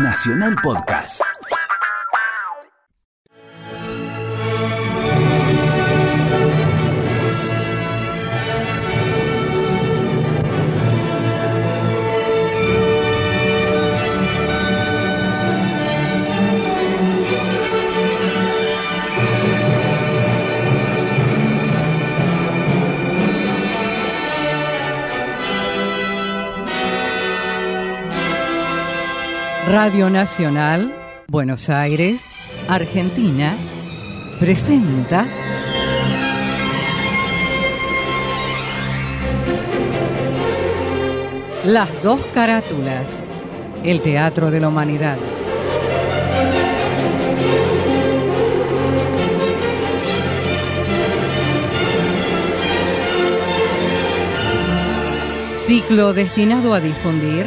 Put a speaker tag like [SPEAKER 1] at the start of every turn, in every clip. [SPEAKER 1] Nacional Podcast.
[SPEAKER 2] Radio Nacional, Buenos Aires, Argentina, presenta Las dos carátulas, el teatro de la humanidad. Ciclo destinado a difundir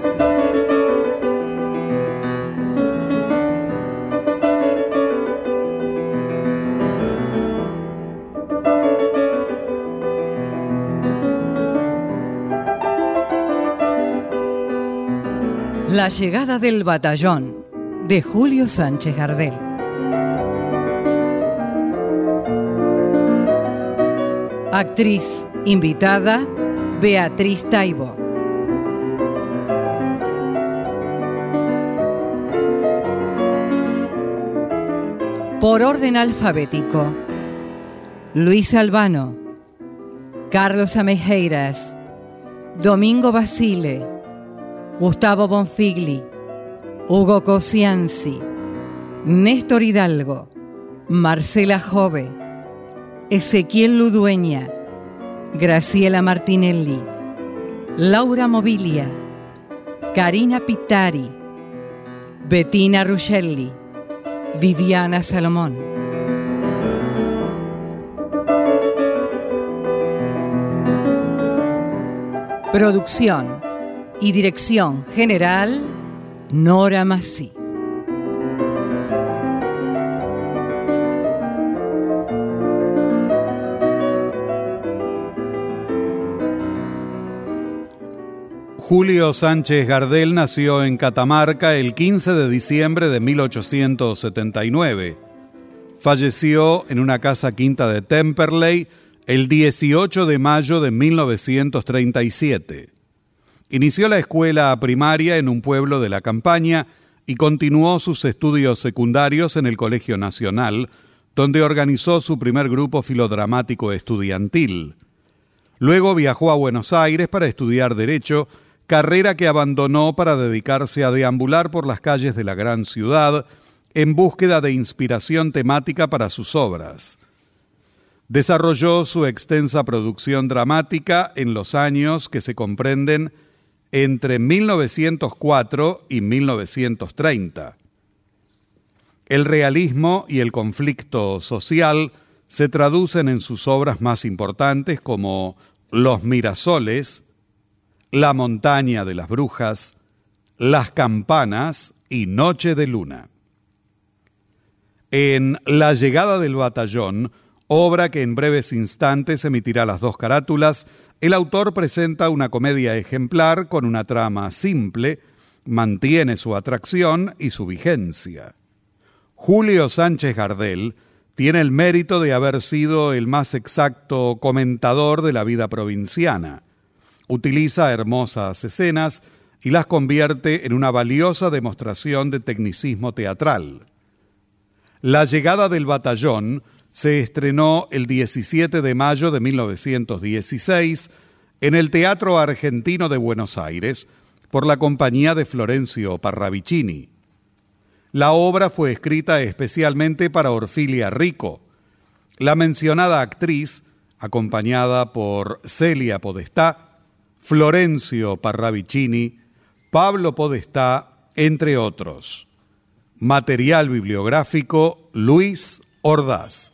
[SPEAKER 2] La llegada del batallón de Julio Sánchez Gardel. Actriz invitada Beatriz Taibo. Por orden alfabético, Luis Albano, Carlos Amejeiras, Domingo Basile, Gustavo Bonfigli, Hugo Cosianzi, Néstor Hidalgo, Marcela Jove, Ezequiel Ludueña, Graciela Martinelli, Laura Mobilia, Karina Pitari, Bettina Rugelli, Viviana Salomón. Producción y dirección general Nora Massi.
[SPEAKER 3] Julio Sánchez Gardel nació en Catamarca el 15 de diciembre de 1879. Falleció en una casa quinta de Temperley el 18 de mayo de 1937. Inició la escuela primaria en un pueblo de la campaña y continuó sus estudios secundarios en el Colegio Nacional, donde organizó su primer grupo filodramático estudiantil. Luego viajó a Buenos Aires para estudiar Derecho, carrera que abandonó para dedicarse a deambular por las calles de la gran ciudad en búsqueda de inspiración temática para sus obras. Desarrolló su extensa producción dramática en los años que se comprenden entre 1904 y 1930. El realismo y el conflicto social se traducen en sus obras más importantes como Los Mirasoles, La Montaña de las Brujas, Las Campanas y Noche de Luna. En La llegada del batallón, obra que en breves instantes emitirá las dos carátulas, el autor presenta una comedia ejemplar con una trama simple, mantiene su atracción y su vigencia. Julio Sánchez Gardel tiene el mérito de haber sido el más exacto comentador de la vida provinciana. Utiliza hermosas escenas y las convierte en una valiosa demostración de tecnicismo teatral. La llegada del batallón se estrenó el 17 de mayo de 1916 en el Teatro Argentino de Buenos Aires por la compañía de Florencio Parravicini. La obra fue escrita especialmente para Orfilia Rico. La mencionada actriz, acompañada por Celia Podestá, Florencio Parravicini, Pablo Podestá, entre otros. Material bibliográfico Luis Ordaz.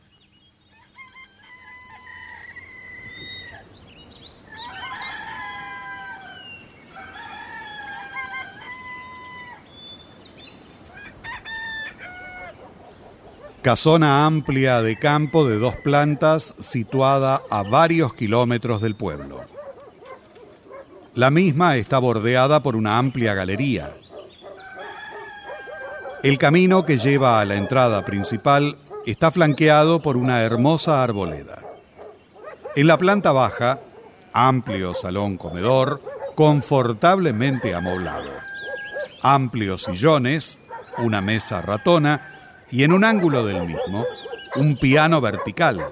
[SPEAKER 3] casona amplia de campo de dos plantas situada a varios kilómetros del pueblo. La misma está bordeada por una amplia galería. El camino que lleva a la entrada principal está flanqueado por una hermosa arboleda. En la planta baja, amplio salón comedor, confortablemente amoblado. Amplios sillones, una mesa ratona y en un ángulo del mismo, un piano vertical.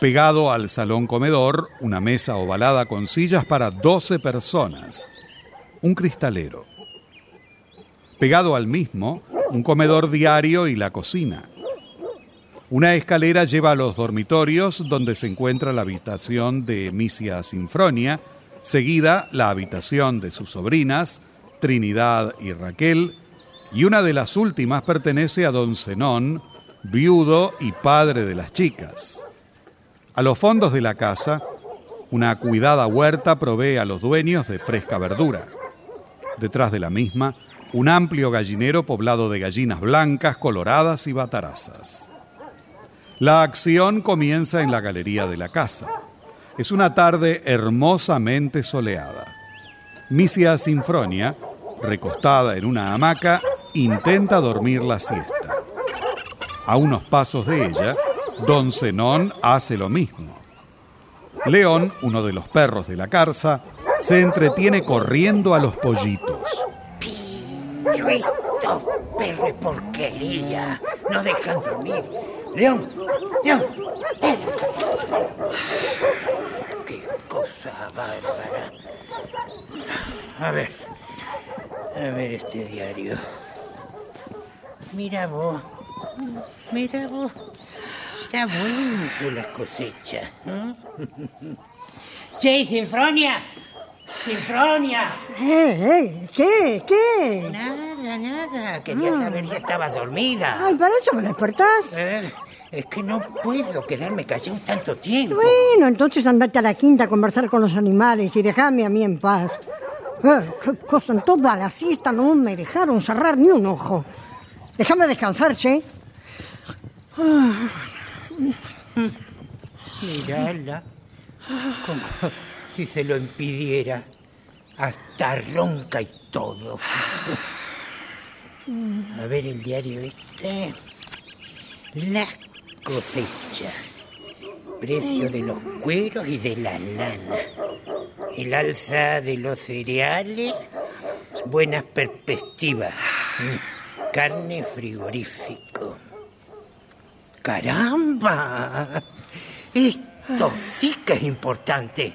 [SPEAKER 3] Pegado al salón comedor, una mesa ovalada con sillas para 12 personas. Un cristalero. Pegado al mismo, un comedor diario y la cocina. Una escalera lleva a los dormitorios donde se encuentra la habitación de Misia Sinfronia, seguida la habitación de sus sobrinas, Trinidad y Raquel, y una de las últimas pertenece a don Zenón, viudo y padre de las chicas. A los fondos de la casa, una cuidada huerta provee a los dueños de fresca verdura. Detrás de la misma, un amplio gallinero poblado de gallinas blancas, coloradas y batarazas. La acción comienza en la galería de la casa. Es una tarde hermosamente soleada. Misia Sinfronia, recostada en una hamaca, intenta dormir la siesta. A unos pasos de ella, don Zenón hace lo mismo. León, uno de los perros de la carza, se entretiene corriendo a los pollitos.
[SPEAKER 4] Pillo estos perros de porquería. No dejan dormir. León, León. Qué cosa bárbara. A ver, a ver este diario. Mira vos, mira vos. Está bueno eso la cosecha. ¿eh? Che, Sinfronia. Sinfronia.
[SPEAKER 5] Eh, eh, ¿Qué? ¿Qué?
[SPEAKER 4] Nada, nada. Quería saber si estabas dormida.
[SPEAKER 5] Ay, para eso me la despertás.
[SPEAKER 4] Eh, es que no puedo quedarme callado tanto tiempo.
[SPEAKER 5] Bueno, entonces andate a la quinta a conversar con los animales y dejame a mí en paz. Eh, qué cosa, en toda la siesta no me dejaron cerrar ni un ojo. Déjame descansar, che.
[SPEAKER 4] Mirala. Como si se lo impidiera. Hasta ronca y todo. A ver el diario este. La cosecha. Precio de los cueros y de la lana. El alza de los cereales. Buenas perspectivas. Mm. Carne frigorífico. ¡Caramba! Esto sí que es importante.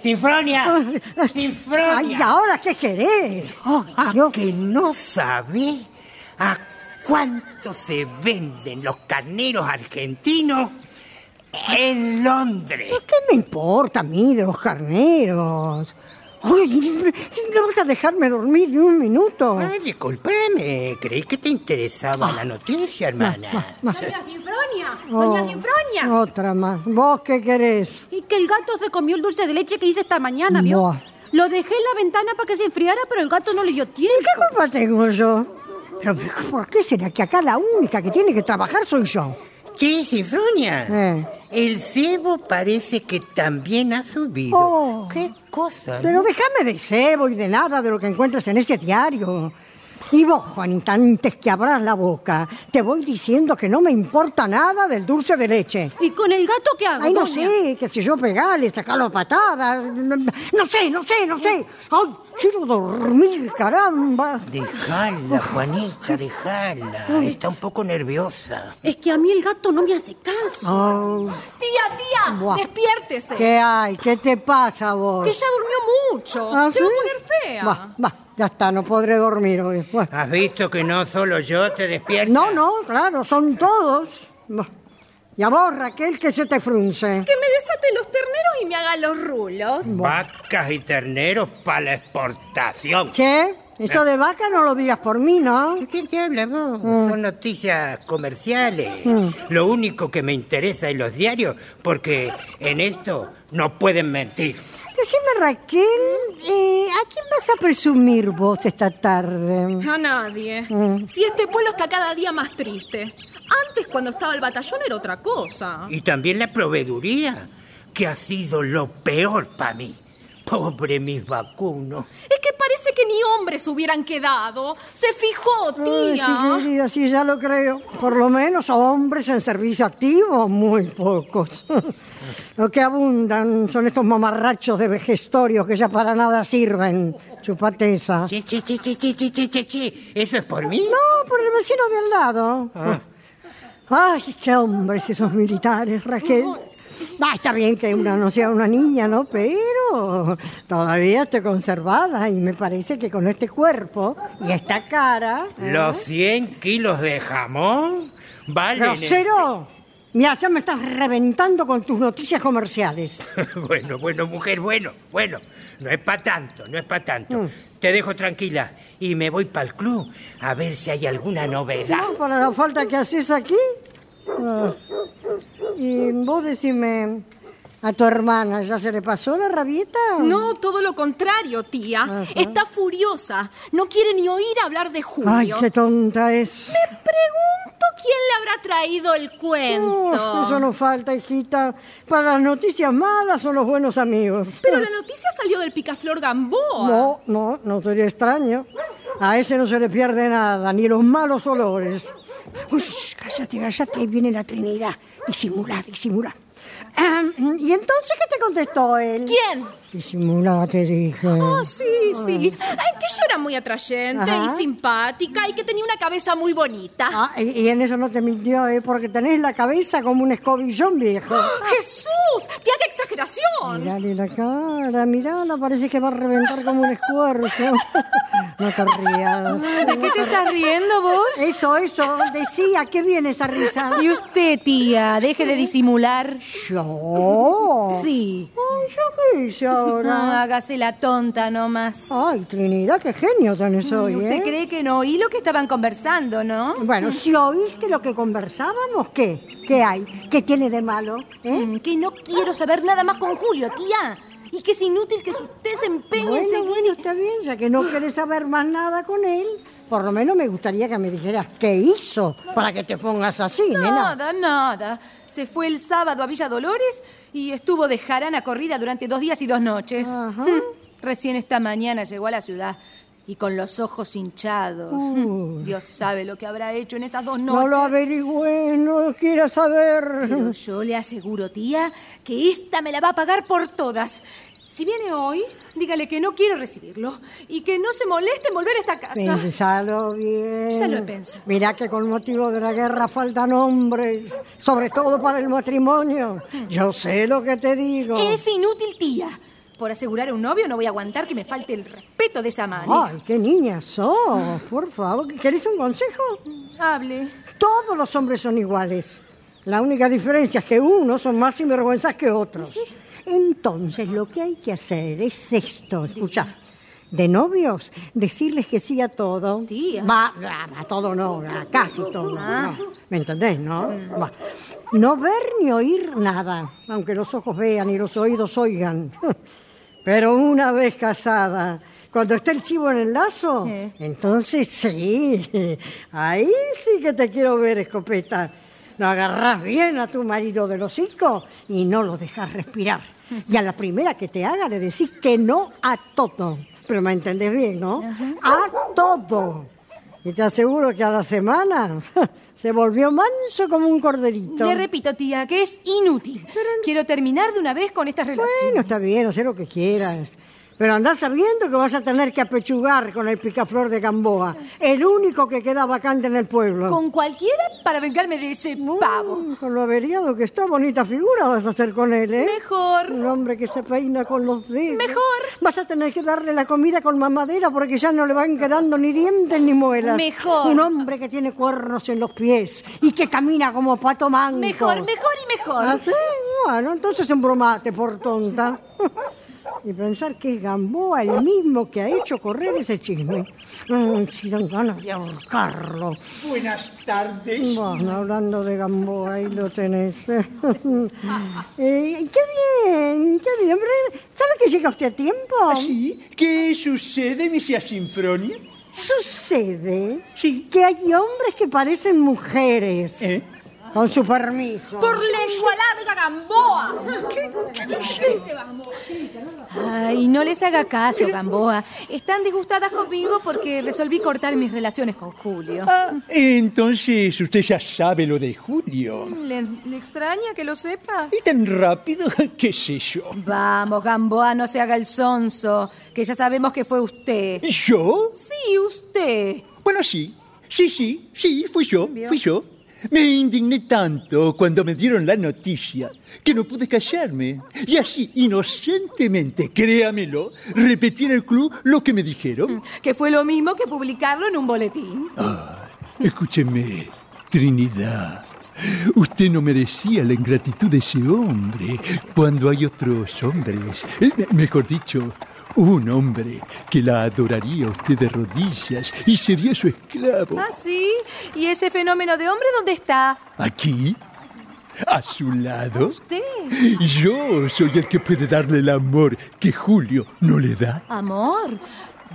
[SPEAKER 4] ¡Sinfronia! ¡Sinfronia!
[SPEAKER 5] Ay, ¿y ahora qué querés? Oh,
[SPEAKER 4] Ah,
[SPEAKER 5] Dios.
[SPEAKER 4] que no sabe a cuánto se venden los carneros argentinos en Londres.
[SPEAKER 5] ¿Qué me importa a mí de los carneros? Ay, ¿no vas a dejarme dormir ni un minuto?
[SPEAKER 4] Ay, discúlpame, creí que te interesaba la noticia, hermana.
[SPEAKER 6] Doña Sinfronia,
[SPEAKER 5] Oh,
[SPEAKER 6] doña Sinfronia.
[SPEAKER 5] Otra más. ¿Vos qué querés?
[SPEAKER 6] Y que el gato se comió el dulce de leche que hice esta mañana, ¿vio?
[SPEAKER 5] Buah.
[SPEAKER 6] Lo dejé en la ventana para que se enfriara, pero el gato no le dio
[SPEAKER 5] ¿Y qué
[SPEAKER 6] tiempo.
[SPEAKER 5] culpa tengo yo? Pero, ¿por qué será que acá la única que tiene que trabajar soy yo?
[SPEAKER 4] Che, Sinfronia,
[SPEAKER 5] Eh.
[SPEAKER 4] el cebo parece que también ha subido.
[SPEAKER 5] Oh.
[SPEAKER 4] ¿Qué cosa?
[SPEAKER 5] Pero
[SPEAKER 4] no?
[SPEAKER 5] déjame de cebo y de nada de lo que encuentras en ese diario. Y vos, Juanita, antes que abras la boca, te voy diciendo que no me importa nada del dulce de leche.
[SPEAKER 6] ¿Y con el gato qué hago?
[SPEAKER 5] Ay, no
[SPEAKER 6] doña?
[SPEAKER 5] sé, que si yo pegarle, sacarlo a patadas. No, no sé, no sé, no sé. Ay, quiero dormir, caramba.
[SPEAKER 4] Dejala, Juanita, dejala. Está un poco nerviosa.
[SPEAKER 6] Es que a mí el gato no me hace caso.
[SPEAKER 4] Oh.
[SPEAKER 5] Ay,
[SPEAKER 7] Tía, tía,
[SPEAKER 5] Buah.
[SPEAKER 7] despiértese.
[SPEAKER 5] ¿Qué hay? ¿Qué te pasa vos?
[SPEAKER 7] Que ya durmió mucho.
[SPEAKER 5] ¿Ah,
[SPEAKER 7] Se va
[SPEAKER 5] sí?
[SPEAKER 7] a poner fea.
[SPEAKER 5] Va, va, ya está, no podré dormir hoy. Bueno.
[SPEAKER 4] ¿Has visto que no solo yo te despierto?
[SPEAKER 5] No, no, claro, son todos. Bah. Y a vos, Raquel, que se te frunce.
[SPEAKER 7] Que me desate los terneros y me haga los rulos.
[SPEAKER 4] Vacas y terneros para la exportación.
[SPEAKER 5] Che, eso de vaca no lo digas por mí, ¿no? Mm.
[SPEAKER 4] ¿Quién te habla vos? Son noticias comerciales. Lo único que me interesa en los diarios, porque en esto no pueden mentir.
[SPEAKER 5] ¿Qué Decime, Raquel, eh, ¿a quién vas a presumir vos esta tarde?
[SPEAKER 7] A nadie.
[SPEAKER 5] Mm.
[SPEAKER 7] Si este pueblo está cada día más triste. Antes, cuando estaba el batallón, era otra cosa.
[SPEAKER 1] Y también la proveeduría, que ha sido lo peor para mí. Pobre mis vacunos.
[SPEAKER 7] Es que parece que ni hombres hubieran quedado. Se fijó,
[SPEAKER 5] Ay, sí,
[SPEAKER 7] tía.
[SPEAKER 5] querida, sí, ya lo creo. Por lo menos hombres en servicio activo, muy pocos. lo que abundan son estos mamarrachos de vejestorios que ya para nada sirven. Chupate esa.
[SPEAKER 1] Che, che, che, che, che, che, che, che, che. ¿Eso es por mí? Ah.
[SPEAKER 5] No, por el vecino de al lado. Ay, qué hombres esos militares, Raquel. Ah, está bien que una no sea una niña, ¿no? Pero todavía estoy conservada y me parece que con este cuerpo y esta cara... ¿eh?
[SPEAKER 1] Los 100 kilos de jamón valen...
[SPEAKER 5] ¡Grosero! Mira, ya me estás reventando con tus noticias comerciales.
[SPEAKER 1] bueno, bueno, mujer, bueno, bueno. No es para tanto, no es para tanto.
[SPEAKER 5] Mm.
[SPEAKER 1] Te dejo tranquila y me voy para el club a ver si hay alguna novedad.
[SPEAKER 5] No, para la falta que haces aquí. Ah. Y vos decime, ¿a tu hermana ya se le pasó la rabieta?
[SPEAKER 7] No, todo lo contrario, tía. Está furiosa. No quiere ni oír hablar de Julio.
[SPEAKER 5] Ay, qué tonta es.
[SPEAKER 7] Me pregunto quién le habrá traído el cuento.
[SPEAKER 5] Oh, eso no falta, hijita. Para las noticias malas son los buenos amigos.
[SPEAKER 7] Pero la noticia salió del picaflor Gamboa.
[SPEAKER 5] No, no, no sería extraño. A ese no se le pierde nada, ni los malos olores. Uy, shh, cállate, cállate, ahí viene la Trinidad. Disimula, disimula. Ah, ¿Y entonces qué te contestó él?
[SPEAKER 7] ¿Quién?
[SPEAKER 5] Disimula, te dije.
[SPEAKER 7] Ah, sí, sí. Ay, que yo era muy atrayente
[SPEAKER 5] Ajá.
[SPEAKER 7] y simpática y que tenía una cabeza muy bonita.
[SPEAKER 5] Ah, y, y en eso no te mintió, ¿eh? porque tenés la cabeza como un escobillón viejo.
[SPEAKER 7] ¡Ah, ¡Jesús! ¡Tía, qué exageración!
[SPEAKER 5] Mirale la cara, mirala, parece que va a reventar como un esfuerzo. No te rías.
[SPEAKER 8] Ah, ¿De qué te estás riendo vos?
[SPEAKER 5] Eso, eso, decía, ¿qué viene esa risa?
[SPEAKER 8] Y usted, tía, deje de disimular.
[SPEAKER 5] ¿Yo?
[SPEAKER 8] Sí.
[SPEAKER 5] Oh. Ay, ¿yo qué hice
[SPEAKER 8] No,
[SPEAKER 5] ahora?
[SPEAKER 8] hágase la tonta nomás.
[SPEAKER 5] Ay, Trinidad, qué genio tenés hoy,
[SPEAKER 8] Usted
[SPEAKER 5] ¿eh?
[SPEAKER 8] cree que no oí lo que estaban conversando, ¿no?
[SPEAKER 5] Bueno, si oíste lo que conversábamos, ¿qué? ¿Qué hay? ¿Qué tiene de malo? ¿Eh?
[SPEAKER 8] Mm, Que no quiero saber nada más con Julio, tía. Y que es inútil que usted se empeñe en
[SPEAKER 5] Bueno,
[SPEAKER 8] seguir.
[SPEAKER 5] bueno, está bien, ya que no querés saber más nada con él, por lo menos me gustaría que me dijeras qué hizo para que te pongas así, nena.
[SPEAKER 8] Nada, nada. Se fue el sábado a Villa Dolores y estuvo de jarana corrida durante dos días y dos noches.
[SPEAKER 5] Ajá.
[SPEAKER 8] Mm, Recién esta mañana llegó a la ciudad y con los ojos hinchados. Mm, Dios sabe lo que habrá hecho en estas dos noches.
[SPEAKER 5] No lo averigüé, no quiero saber.
[SPEAKER 8] Pero yo le aseguro, tía, que esta me la va a pagar por todas. Si viene hoy, dígale que no quiero recibirlo y que no se moleste en volver a esta casa.
[SPEAKER 5] Pensalo bien.
[SPEAKER 8] Ya lo he pensado.
[SPEAKER 5] Mirá que con motivo de la guerra faltan hombres, sobre todo para el matrimonio. Yo sé lo que te digo.
[SPEAKER 8] Hmm. Es inútil, tía. Por asegurar a un novio no voy a aguantar que me falte el respeto de esa manera.
[SPEAKER 5] Ay, qué niña sos, por favor. ¿Querés un consejo?
[SPEAKER 8] Hable.
[SPEAKER 5] Todos los hombres son iguales. La única diferencia es que unos son más sinvergüenzas que otros. Entonces, lo que hay que hacer es esto, escuchá. De novios, decirles que sí a todo.
[SPEAKER 8] Tía.
[SPEAKER 5] Va, va, a todo no, a casi todo. no. ¿Me entendés, no? Va. No ver ni oír nada, aunque los ojos vean y los oídos oigan. Pero una vez casada, cuando está el chivo en el lazo,
[SPEAKER 8] Eh.
[SPEAKER 5] entonces sí, ahí sí que te quiero ver, escopeta. Lo agarrás bien a tu marido de los hocico y no lo dejas respirar. Y a la primera que te haga le decís que no a todo. Pero me entendés bien, ¿no? A todo. Y te aseguro que a la semana se volvió manso como un corderito.
[SPEAKER 8] Le repito, tía, que es inútil. Quiero terminar de una vez con estas relaciones.
[SPEAKER 5] Bueno, está bien, haz lo que quieras. Pero andás sabiendo que vas a tener que apechugar con el picaflor de Gamboa, el único que queda vacante en el pueblo.
[SPEAKER 8] Con cualquiera para vengarme de ese
[SPEAKER 5] Mm,
[SPEAKER 8] pavo.
[SPEAKER 5] Con lo averiado que está, bonita figura vas a hacer con él, ¿eh?
[SPEAKER 8] Mejor.
[SPEAKER 5] Un hombre que se peina con los dedos.
[SPEAKER 8] Mejor.
[SPEAKER 5] Vas a tener que darle la comida con mamadera porque ya no le van quedando ni dientes ni muelas.
[SPEAKER 8] Mejor.
[SPEAKER 5] Un hombre que tiene cuernos en los pies y que camina como pato manco.
[SPEAKER 8] Mejor, mejor y mejor.
[SPEAKER 5] Ah, sí, bueno, entonces embromate por tonta. Y pensar que es Gamboa el mismo que ha hecho correr ese chisme. Mm, si dan ganas de ahorcarlo.
[SPEAKER 1] Buenas tardes.
[SPEAKER 5] Bueno, hablando de Gamboa, ahí lo tenés. Eh, qué bien, qué bien. Pero, ¿Sabe que llega usted a tiempo?
[SPEAKER 1] Ah, ¿Sí? ¿Qué sucede, misia Sinfronia?
[SPEAKER 5] Sucede
[SPEAKER 1] Sí.
[SPEAKER 5] que hay hombres que parecen mujeres.
[SPEAKER 1] ¿Eh?
[SPEAKER 5] Con su permiso.
[SPEAKER 7] Por lengua larga, Gamboa. ¿Qué, dijiste, Gamboa?
[SPEAKER 8] Ay, no les haga caso, Gamboa. Están disgustadas conmigo porque resolví cortar mis relaciones con Julio.
[SPEAKER 1] Ah, entonces usted ya sabe lo de Julio.
[SPEAKER 8] ¿Le, le extraña que lo sepa?
[SPEAKER 1] ¿Y tan rápido? ¿Qué sé yo?
[SPEAKER 8] Vamos, Gamboa, no se haga el sonso, que ya sabemos que fue usted.
[SPEAKER 1] ¿Yo?
[SPEAKER 8] Sí, usted.
[SPEAKER 1] Bueno, sí. Sí, sí, sí, fui yo, fui yo. Me indigné tanto cuando me dieron la noticia que no pude callarme. Y así, inocentemente, créamelo, repetí en el club lo que me dijeron.
[SPEAKER 8] Que fue lo mismo que publicarlo en un boletín.
[SPEAKER 1] Ah, Escúcheme, Trinidad. Usted no merecía la ingratitud de ese hombre cuando hay otros hombres, eh, me- mejor dicho, un hombre que la adoraría a usted de rodillas y sería su esclavo.
[SPEAKER 8] Ah, sí. ¿Y ese fenómeno de hombre dónde está?
[SPEAKER 1] Aquí, a su lado.
[SPEAKER 8] Usted.
[SPEAKER 1] Yo soy el que puede darle el amor que Julio no le da.
[SPEAKER 8] Amor.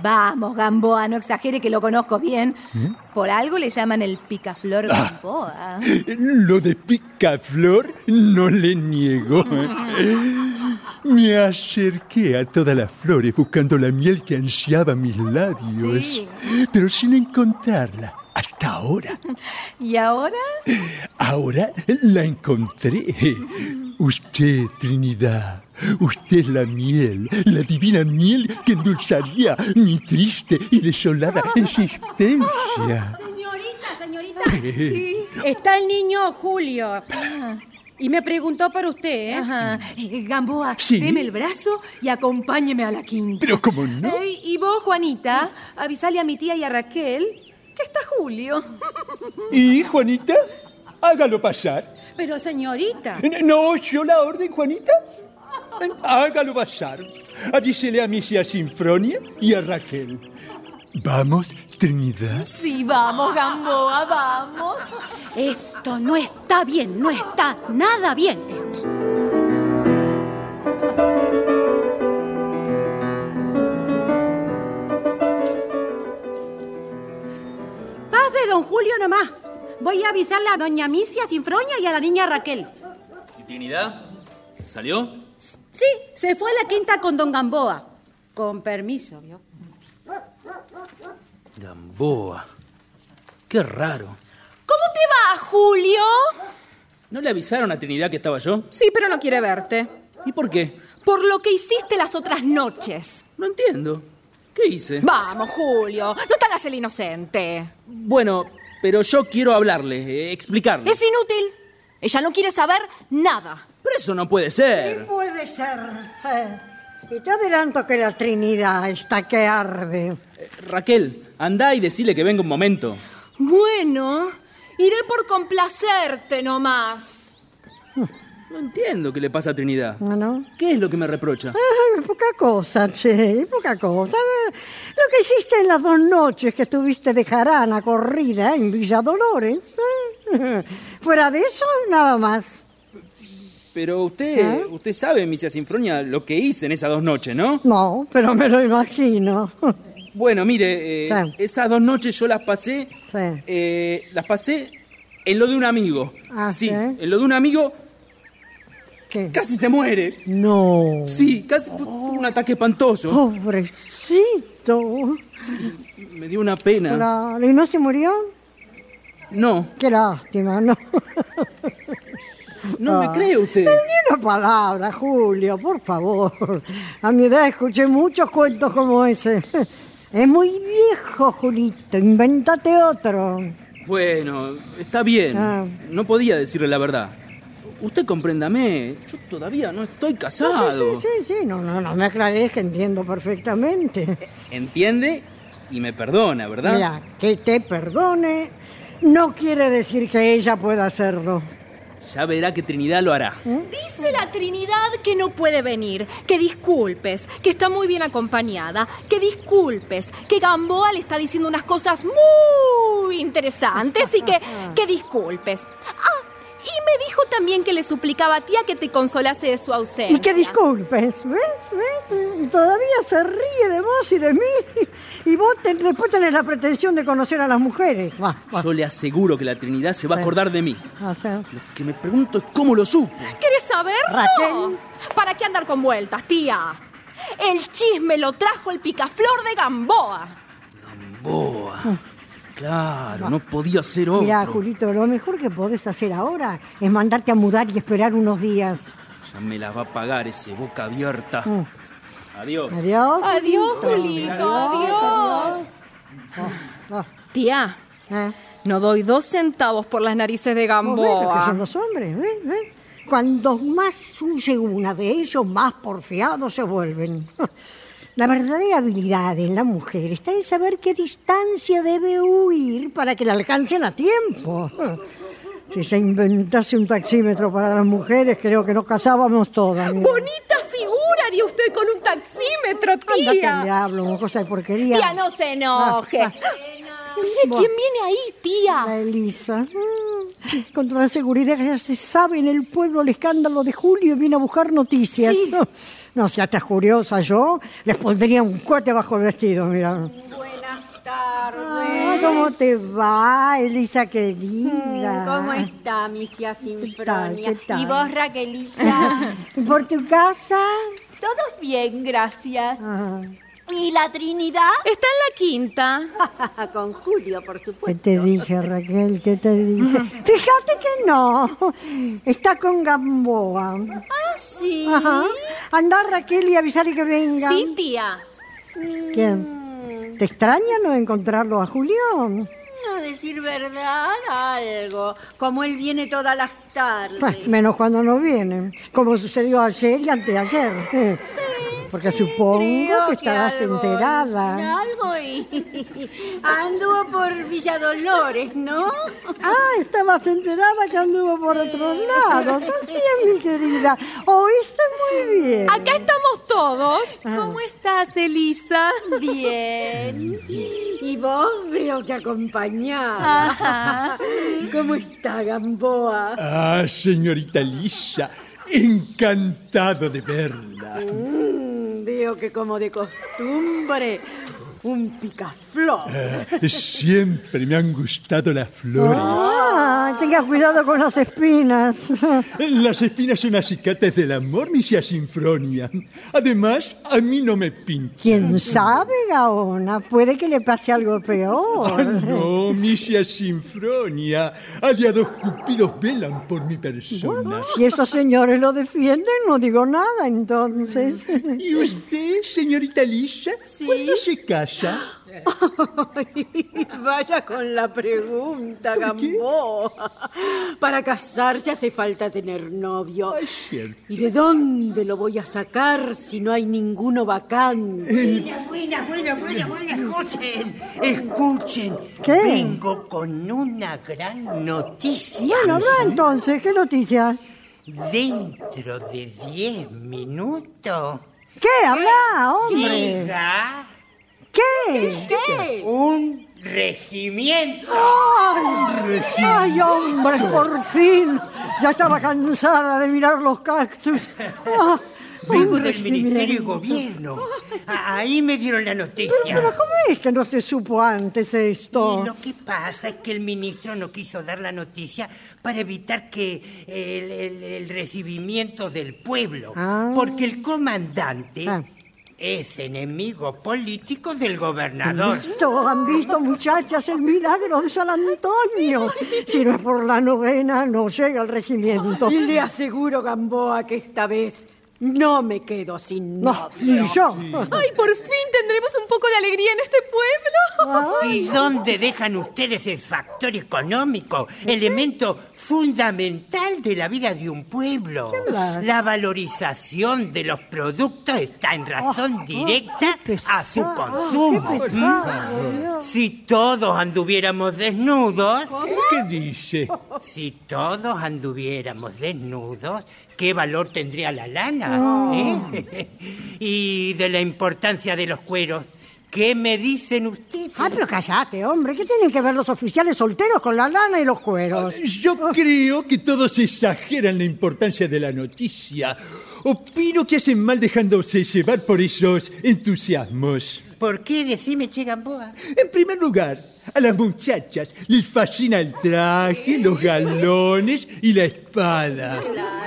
[SPEAKER 8] Vamos, Gamboa, no exagere que lo conozco bien.
[SPEAKER 1] ¿eh?
[SPEAKER 8] Por algo le llaman el picaflor
[SPEAKER 1] Ah.
[SPEAKER 8] Gamboa.
[SPEAKER 1] Lo de picaflor no le niego. ¿eh? Me acerqué a todas las flores buscando la miel que ansiaba mis labios,
[SPEAKER 8] Sí.
[SPEAKER 1] pero sin encontrarla hasta ahora.
[SPEAKER 8] ¿Y ahora?
[SPEAKER 1] Ahora la encontré. Usted, Trinidad, usted es la miel, la divina miel que endulzaría mi triste y desolada existencia.
[SPEAKER 9] Señorita, señorita. Está el niño Julio. Ah. Y me preguntó por usted, ¿eh?
[SPEAKER 8] Ajá. Eh, Gamboa,
[SPEAKER 1] Sí.
[SPEAKER 8] deme el brazo y acompáñeme a la quinta.
[SPEAKER 1] Pero cómo no.
[SPEAKER 8] Ey, y vos, Juanita, avisale a mi tía y a Raquel que está Julio.
[SPEAKER 1] ¿Y Juanita? Hágalo pasar.
[SPEAKER 9] Pero señorita.
[SPEAKER 1] ¿No oyó la orden, Juanita? Hágalo pasar. Avísele a Misia Sinfronia y a Raquel. Vamos, Trinidad.
[SPEAKER 8] Sí, vamos, Gamboa, vamos.
[SPEAKER 9] Esto no está bien, no está nada bien esto. Paz de don Julio nomás. Voy a avisarle a doña Misia Sinfronia y a la niña Raquel.
[SPEAKER 10] ¿Y Trinidad? ¿Salió?
[SPEAKER 9] Sí, se fue a la quinta con don Gamboa. Con permiso, ¿vio?
[SPEAKER 10] Gamboa. Qué raro.
[SPEAKER 7] ¿Cómo te va, Julio?
[SPEAKER 10] ¿No le avisaron a Trinidad que estaba yo?
[SPEAKER 7] Sí, pero no quiere verte.
[SPEAKER 10] ¿Y por qué?
[SPEAKER 7] Por lo que hiciste las otras noches.
[SPEAKER 10] No entiendo. ¿Qué hice?
[SPEAKER 7] Vamos, Julio, no te hagas el inocente.
[SPEAKER 10] Bueno, pero yo quiero hablarle, eh, explicarle.
[SPEAKER 7] Es inútil. Ella no quiere saber nada.
[SPEAKER 10] Pero eso no puede
[SPEAKER 5] ¿Qué
[SPEAKER 10] ser.
[SPEAKER 5] puede ser? Eh, Y te adelanto que la Trinidad está que arde.
[SPEAKER 10] Eh, Raquel, andá y decile que venga un momento.
[SPEAKER 7] Bueno, iré por complacerte nomás.
[SPEAKER 10] No entiendo qué le pasa a Trinidad.
[SPEAKER 5] ¿No, no?
[SPEAKER 10] ¿Qué es lo que me reprocha?
[SPEAKER 5] Ay, poca cosa, che, poca cosa. Eh, Lo que hiciste en las dos noches que estuviste de jarana corrida en Villa Dolores. eh. Fuera de eso, nada más.
[SPEAKER 10] Pero usted,
[SPEAKER 5] ¿Ah?
[SPEAKER 10] usted sabe, misia Sinfronia, lo que hice en esas dos noches, ¿no?
[SPEAKER 5] No, pero me lo imagino.
[SPEAKER 10] Bueno, mire, eh,
[SPEAKER 5] Sí.
[SPEAKER 10] esas dos noches yo las pasé.
[SPEAKER 5] Sí.
[SPEAKER 10] eh, las pasé en lo de un amigo.
[SPEAKER 5] Ah,
[SPEAKER 10] sí,
[SPEAKER 5] sí.
[SPEAKER 10] en lo de un amigo
[SPEAKER 5] ¿Qué?
[SPEAKER 10] casi se muere.
[SPEAKER 5] No.
[SPEAKER 10] Sí, casi por- por un ataque espantoso.
[SPEAKER 5] Pobrecito.
[SPEAKER 10] Me dio una pena.
[SPEAKER 5] Claro, ¿y no se murió?
[SPEAKER 10] No,
[SPEAKER 5] Qué lástima, ¿no?
[SPEAKER 10] no me cree usted.
[SPEAKER 5] Ah. Pero ni una palabra, Julio, por favor. A mi edad escuché muchos cuentos como ese. Es muy viejo, Julito. Invéntate otro.
[SPEAKER 10] Bueno, está bien.
[SPEAKER 5] Ah.
[SPEAKER 10] No podía decirle la verdad. Usted compréndame, yo todavía no estoy casado.
[SPEAKER 5] Sí, sí, sí. No, no, no me aclaré, que entiendo perfectamente.
[SPEAKER 10] Entiende y me perdona, ¿verdad?
[SPEAKER 5] Mira, que te perdone no quiere decir que ella pueda hacerlo.
[SPEAKER 10] Ya verá que Trinidad lo hará.
[SPEAKER 5] ¿Eh?
[SPEAKER 7] Dice la Trinidad que no puede venir, que disculpes, que está muy bien acompañada, que disculpes, que Gamboa le está diciendo unas cosas muy interesantes y que, que disculpes. Ah, y me dijo también que le suplicaba a tía que te consolase de su ausencia.
[SPEAKER 5] Y que disculpes, ¿ves? ¿ves? Y todavía se ríe de vos y de mí. Y vos te- después tenés la pretensión de conocer a las mujeres. Va, va.
[SPEAKER 10] Yo le aseguro que la Trinidad se va a
[SPEAKER 5] Sí.
[SPEAKER 10] acordar de mí.
[SPEAKER 5] O sea,
[SPEAKER 10] Lo que me pregunto es cómo lo supo.
[SPEAKER 7] ¿Quieres saberlo?
[SPEAKER 5] Raquel.
[SPEAKER 7] ¿Para qué andar con vueltas, tía? El chisme lo trajo el picaflor de Gamboa.
[SPEAKER 10] Boa. Claro, no podía ser otro.
[SPEAKER 5] Mirá, Julito, lo mejor que podés hacer ahora es mandarte a mudar y esperar unos días.
[SPEAKER 10] Ya me la va a pagar ese boca abierta.
[SPEAKER 5] Mm.
[SPEAKER 10] Adiós.
[SPEAKER 5] Adiós.
[SPEAKER 7] Adiós, Julito, adiós.
[SPEAKER 5] Ah,
[SPEAKER 7] Tía,
[SPEAKER 5] ah.
[SPEAKER 7] no doy dos centavos por las narices de
[SPEAKER 5] Vos ves lo que son
[SPEAKER 7] Gamboa.
[SPEAKER 5] los hombres, ¿ves? ¿ves? Cuando más huye una de ellos, más porfiados se vuelven. La verdadera habilidad en la mujer está en saber qué distancia debe huir para que la alcancen a tiempo. Si se inventase un taxímetro para las mujeres, creo que nos casábamos todas. mirá.
[SPEAKER 7] Bonita figura haría usted con un taxímetro,
[SPEAKER 5] Andate al
[SPEAKER 7] tía.
[SPEAKER 5] diablo, cosa de porquería.
[SPEAKER 7] Tía, no se enoje.
[SPEAKER 5] Ah,
[SPEAKER 7] Mire quién viene ahí,
[SPEAKER 5] La
[SPEAKER 7] tía.
[SPEAKER 5] Elisa. Mm. Con toda seguridad que ya se sabe en el pueblo el escándalo de Julio y viene a buscar noticias. No, si hasta curiosa yo, les pondría un cote bajo el vestido, mira.
[SPEAKER 6] Buenas tardes.
[SPEAKER 5] Ah, ¿Cómo te va, Elisa
[SPEAKER 7] Mm,
[SPEAKER 5] querida?
[SPEAKER 6] ¿Cómo está, mi tía Sinfronia?
[SPEAKER 5] ¿Qué tal?
[SPEAKER 6] ¿Y vos, Raquelita?
[SPEAKER 5] ¿Y ¿Por tu casa?
[SPEAKER 6] Todos bien, gracias.
[SPEAKER 5] Ah,
[SPEAKER 6] ¿Y la Trinidad?
[SPEAKER 7] Está en la quinta.
[SPEAKER 6] Con Julio, por
[SPEAKER 5] ¿Qué
[SPEAKER 6] supuesto.
[SPEAKER 5] te dije, Raquel? ¿Qué te dije? Fíjate que no. Está con Gamboa.
[SPEAKER 6] Ah, sí.
[SPEAKER 5] Ajá. Andá, Raquel, y avisarle que venga.
[SPEAKER 7] Sí, tía.
[SPEAKER 5] ¿Quién? ¿Te extraña no encontrarlo a Julio?
[SPEAKER 6] No decir verdad, algo. Como él viene todas las tardes.
[SPEAKER 5] Pues, menos cuando no viene, como sucedió ayer y anteayer. Eh, Porque supongo
[SPEAKER 6] Creo
[SPEAKER 5] que estabas
[SPEAKER 6] algo-
[SPEAKER 5] enterada.
[SPEAKER 6] Algo y anduvo por Villa Dolores, ¿no?
[SPEAKER 5] Ah, estabas enterada que anduvo por otros lados. Así es, mi querida. Oíste muy bien.
[SPEAKER 7] Acá estamos todos.
[SPEAKER 6] Ah.
[SPEAKER 8] ¿Cómo estás, Elisa?
[SPEAKER 6] Bien. Y vos veo que acompañada.
[SPEAKER 8] Ajá.
[SPEAKER 6] ¿Cómo está Gamboa?
[SPEAKER 1] Ah, señorita Lisa, encantado de verla.
[SPEAKER 6] Mm, veo que como de costumbre, un picaflor.
[SPEAKER 1] Ah, Siempre me han gustado las flores.
[SPEAKER 5] Ah, tenga cuidado con las espinas.
[SPEAKER 1] Las espinas son acicates del amor, mi sinfronia. Además, a mí no me pinta.
[SPEAKER 5] ¿Quién sabe, Gaona? Puede que le pase algo
[SPEAKER 1] Ah,
[SPEAKER 5] peor.
[SPEAKER 1] no, misia sinfronia. Aliados cupidos velan por mi persona.
[SPEAKER 5] Si esos señores lo defienden, no digo nada, entonces.
[SPEAKER 1] ¿Y usted, señorita Lisa, cuándo se casa?
[SPEAKER 6] Vaya con la pregunta, Gamboa. Para casarse hace falta tener novio.
[SPEAKER 1] Cierto.
[SPEAKER 6] ¿Y de dónde lo voy a sacar si no hay ninguno vacante?
[SPEAKER 4] Buena, buena, buena, buena, escuchen, escuchen.
[SPEAKER 5] ¿Qué?
[SPEAKER 4] Vengo con una gran noticia.
[SPEAKER 5] Bueno, va entonces, ¿qué noticia?
[SPEAKER 4] Dentro de 10 minutos
[SPEAKER 5] ¿Qué? Habla, hombre.
[SPEAKER 4] llega
[SPEAKER 5] ¿Qué?
[SPEAKER 4] un regimiento.
[SPEAKER 5] Ay, hombre, por fin. Ya estaba cansada de mirar los cactus. Ah,
[SPEAKER 4] Vengo
[SPEAKER 5] un
[SPEAKER 4] del Ministerio de
[SPEAKER 5] regimiento.
[SPEAKER 4] Gobierno. A- Ahí me dieron la noticia.
[SPEAKER 5] Pero ¿cómo es que no se supo antes esto?
[SPEAKER 4] Y lo que pasa es que el ministro no quiso dar la noticia para evitar que el, el- el recibimiento del pueblo,
[SPEAKER 5] Ah.
[SPEAKER 4] porque el comandante
[SPEAKER 5] Ah.
[SPEAKER 4] es enemigo político del gobernador.
[SPEAKER 5] Esto, han visto, muchachas, el milagro de San Antonio. Si no es por la novena, no llega el regimiento.
[SPEAKER 6] Y le aseguro, Gamboa, que esta vez No me quedo sin
[SPEAKER 5] No,
[SPEAKER 6] novio.
[SPEAKER 5] ni yo.
[SPEAKER 8] ¡Ay, por fin tendremos un poco de alegría en este pueblo!
[SPEAKER 4] ¿Y dónde dejan ustedes el factor económico, elemento fundamental de la vida de un pueblo?
[SPEAKER 5] hablas?
[SPEAKER 4] La valorización de los productos está en razón directa a su consumo. ¿Mm? Si todos anduviéramos desnudos,
[SPEAKER 1] ¿Qué dice?
[SPEAKER 4] si todos anduviéramos desnudos, ¿qué valor tendría la lana?
[SPEAKER 1] No.
[SPEAKER 4] ¿eh? y de la importancia de los cueros, ¿qué me dicen ustedes?
[SPEAKER 5] Ah, pero callate, hombre. ¿Qué tienen que ver los oficiales solteros con la lana y los cueros?
[SPEAKER 1] Yo creo que todos exageran la importancia de la noticia. Opino que hacen mal dejándose llevar por esos entusiasmos.
[SPEAKER 4] ¿Por qué decime, Che Gamboa?
[SPEAKER 1] En primer lugar, a las muchachas les fascina el traje, los galones y la espada.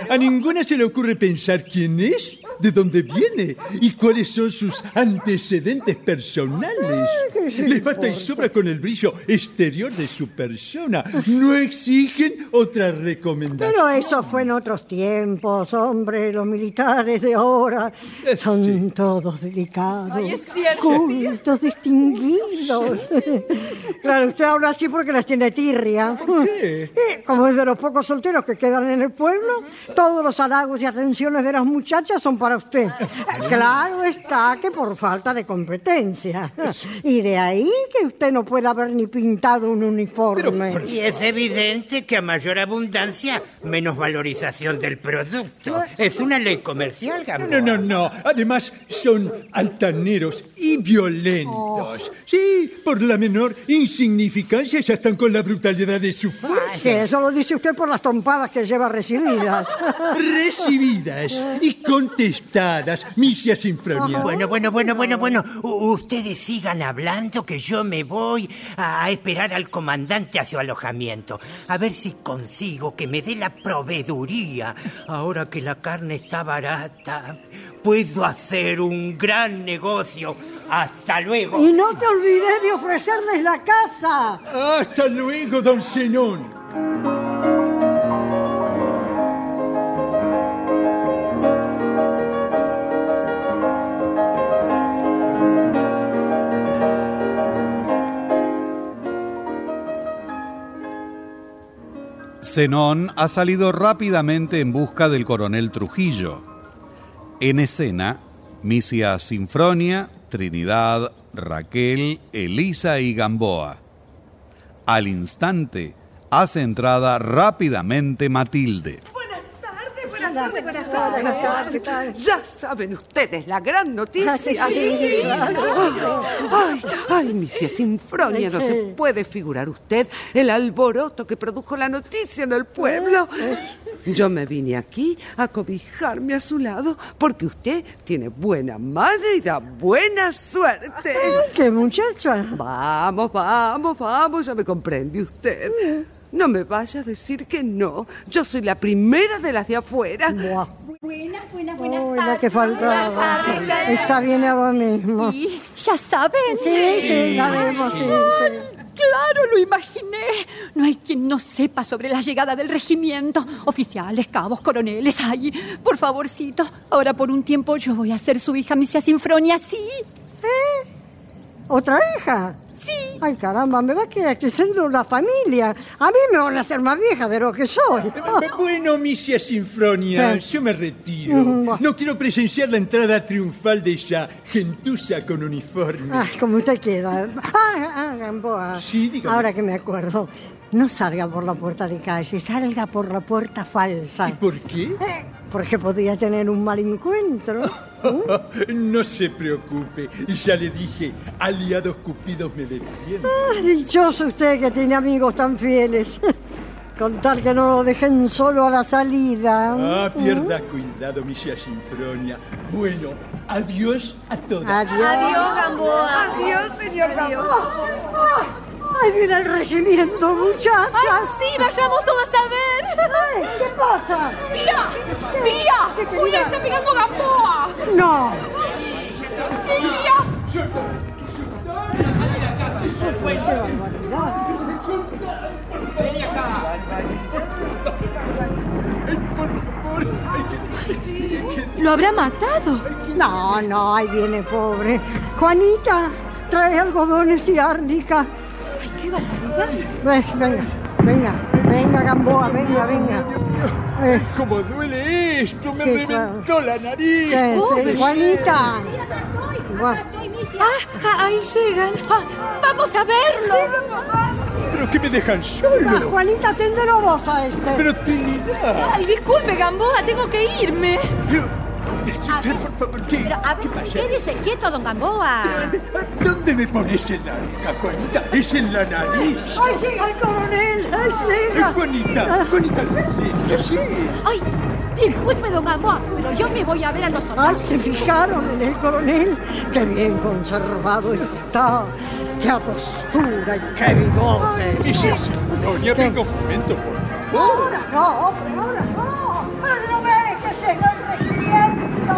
[SPEAKER 1] A ninguna se le ocurre pensar quién es, de dónde viene y cuáles son sus antecedentes personales. Les basta y sobra con el brillo exterior de su persona. No exigen otra recomendación.
[SPEAKER 5] Pero eso fue en otros tiempos, hombre. Los militares de ahora son todos delicados,
[SPEAKER 8] Ay, es cierto,
[SPEAKER 5] cultos, distinguidos. claro, usted habla así porque las tiene tirria. Eh, Como es de los pocos solteros que quedan en el pueblo, todos los halagos y atenciones de las muchachas son para usted. Claro está que por falta de competencia. Y de ahí que usted no pueda haber ni pintado un uniforme.
[SPEAKER 4] Y es evidente que a mayor abundancia, menos valorización del producto. Es una ley comercial, Gamboa.
[SPEAKER 1] No, no, no. Además, son altaneros y violentos. Sí, por la menor insignificancia ya están con la brutalidad de su fuerza.
[SPEAKER 5] Sí, eso lo dice usted por las trompadas que lleva recibidas.
[SPEAKER 1] Recibidas y contestadas, misia sinfronía.
[SPEAKER 4] Bueno, bueno, bueno, bueno, bueno. U- ustedes sigan hablando que yo me voy a esperar al comandante a su alojamiento. A ver si consigo que me dé la proveeduría. Ahora que la carne está barata, puedo hacer un gran negocio. Hasta luego.
[SPEAKER 5] Y no te olvides de ofrecerles la casa.
[SPEAKER 1] Hasta luego, don Zenón.
[SPEAKER 3] Zenón ha salido rápidamente en busca del coronel Trujillo. En escena, Misia Sinfronia, Trinidad, Raquel, Elisa y Gamboa. Al instante, hace entrada rápidamente Matilde.
[SPEAKER 11] Buenas tardes, buenas tardes, buenas tardes. Ya saben ustedes la gran
[SPEAKER 6] Ah, sí, sí,
[SPEAKER 11] noticia.
[SPEAKER 6] sí, claro.
[SPEAKER 11] Ay, ay, misia Sinfronia, no se puede figurar usted el alboroto que produjo la noticia en el pueblo. Yo me vine aquí a cobijarme a su lado porque usted tiene buena madre y da buena suerte.
[SPEAKER 5] Ay, qué muchacha.
[SPEAKER 11] Vamos, vamos, vamos, ya me comprende usted. No me vaya a decir que no. Yo soy la primera de las de afuera.
[SPEAKER 12] Buenas, buenas, buenas
[SPEAKER 5] Uy,
[SPEAKER 12] tardes.
[SPEAKER 5] la que faltaba.
[SPEAKER 12] Buenas tardes.
[SPEAKER 5] Está bien ahora mismo.
[SPEAKER 12] Y ya saben.
[SPEAKER 5] Sí, sí, la vemos, sí, sí.
[SPEAKER 12] Ah, Claro, lo imaginé. No hay quien no sepa sobre la llegada del regimiento. Oficiales, cabos, coroneles, ay, por favorcito. Ahora por un tiempo yo voy a ser su hija Misia Sinfronia, sí.
[SPEAKER 5] ¿Otra hija? Sí. Ay, caramba, me va a quedar creciendo una familia. A mí me van a hacer más vieja de lo que soy.
[SPEAKER 1] Bueno, misia sinfronia, yo me retiro. No quiero presenciar la entrada triunfal de esa gentuza con uniforme.
[SPEAKER 5] Ay, como usted quiera. Ah, ah, Gamboa.
[SPEAKER 1] Sí, dígame.
[SPEAKER 5] Ahora que me acuerdo, no salga por la puerta de calle, salga por la puerta falsa. Eh,
[SPEAKER 1] ¿Por qué?
[SPEAKER 5] Porque podría tener un mal encuentro.
[SPEAKER 1] No se preocupe, ya le dije, aliados cupidos me defienden.
[SPEAKER 5] Ah, dichoso usted que tiene amigos tan fieles. Con tal que no lo dejen solo a la salida.
[SPEAKER 1] Ah, pierda cuidado, misia sinfronia. Bueno, adiós a todos.
[SPEAKER 5] Adiós. Adiós, Gamboa.
[SPEAKER 11] Adiós, señor Gamboa.
[SPEAKER 5] Ay, mira el regimiento, muchachas.
[SPEAKER 8] sí, vayamos todas a ver!
[SPEAKER 5] Ay, ¿Qué pasa?
[SPEAKER 8] ¡Tía!
[SPEAKER 5] ¿Qué
[SPEAKER 8] ¡Tía!
[SPEAKER 5] tenía?
[SPEAKER 8] ¡Julia está pegando Gamboa!
[SPEAKER 5] No.
[SPEAKER 8] ¡Sí, tía!
[SPEAKER 1] Ay,
[SPEAKER 8] ¿Lo habrá matado?
[SPEAKER 5] No, no, ahí viene pobre. Juanita, trae algodones y árnica.
[SPEAKER 8] Ay, qué barbaridad.
[SPEAKER 5] Ve, venga, venga, venga, Gamboa, venga, venga. Eh,
[SPEAKER 13] ¡Cómo duele esto! ¡Me
[SPEAKER 5] Sí,
[SPEAKER 13] reventó
[SPEAKER 5] claro.
[SPEAKER 13] la nariz!
[SPEAKER 5] Sí,
[SPEAKER 8] Oh.
[SPEAKER 5] sí,
[SPEAKER 13] Pobre
[SPEAKER 5] Juanita. Gua-
[SPEAKER 8] Ah, ah, ahí llegan. Ah, ¡Vamos a verlo!
[SPEAKER 13] ¿Pero qué me dejan solo?
[SPEAKER 5] Juanita, atendelo vos a este.
[SPEAKER 13] ¡Pero Trinidad!
[SPEAKER 8] Ay, disculpe, Gamboa, tengo que irme.
[SPEAKER 13] este, Pero, a ver,
[SPEAKER 14] quédese quieto, don Gamboa.
[SPEAKER 13] ¿Dónde me pones el arca, Juanita? ¡Es en la nariz!
[SPEAKER 5] ¡Ay, llega el coronel! ¡Ay, llega!
[SPEAKER 13] Eh, Juanita, Juanita, ¿qué haces? ¿Qué haces?
[SPEAKER 14] Ay, disculpe, don Gamboa, pero yo me voy a ver a los
[SPEAKER 5] Ay,
[SPEAKER 14] soldados.
[SPEAKER 5] Ah, se fijaron en el coronel. Qué bien conservado está. Qué apostura y qué bigote.
[SPEAKER 13] ¿Qué es eso? No, ya vengo un momento, por favor.
[SPEAKER 5] Ahora no, hombre, ahora no. Ahora no ves que llegó el regimiento.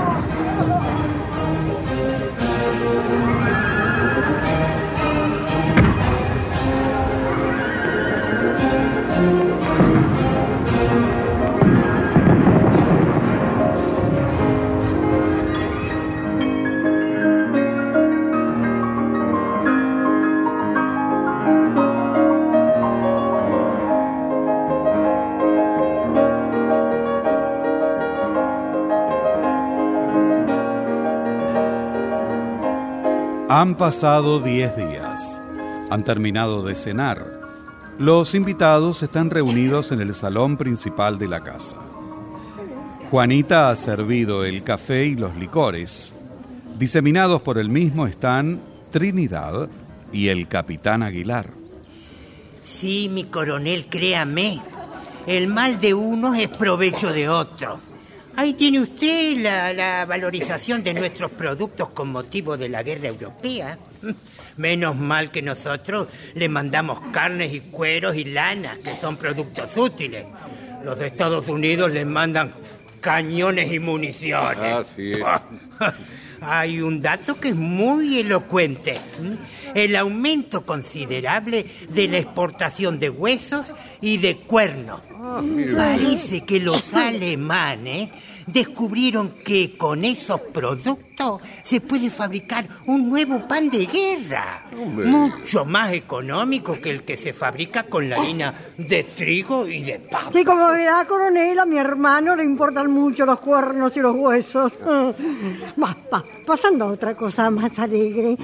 [SPEAKER 3] Han pasado 10 días. Han terminado de cenar. Los invitados están reunidos en el salón principal de la casa. Juanita ha servido el café y los licores. Diseminados por el mismo están Trinidad y el capitán Aguilar.
[SPEAKER 4] Sí, mi coronel, créame. El mal de unos es provecho de otros. Ahí tiene usted la, la valorización de nuestros productos con motivo de la guerra europea. Menos mal que nosotros le mandamos carnes y cueros y lanas, que son productos útiles. Los de Estados Unidos les mandan cañones y municiones.
[SPEAKER 15] Así es.
[SPEAKER 5] Ah.
[SPEAKER 4] Hay un dato que es muy elocuente. ¿m? El aumento considerable de la exportación de huesos y de cuernos.
[SPEAKER 15] mire
[SPEAKER 4] Parece que los alemanes descubrieron que con esos productos se puede fabricar un nuevo pan de guerra.
[SPEAKER 15] Hombre.
[SPEAKER 4] Mucho más económico que el que se fabrica con la harina de trigo y de papa.
[SPEAKER 5] Sí, como verá, coronel, a mi hermano le importan mucho los cuernos y los huesos. Va, va, pasando a otra cosa más alegre.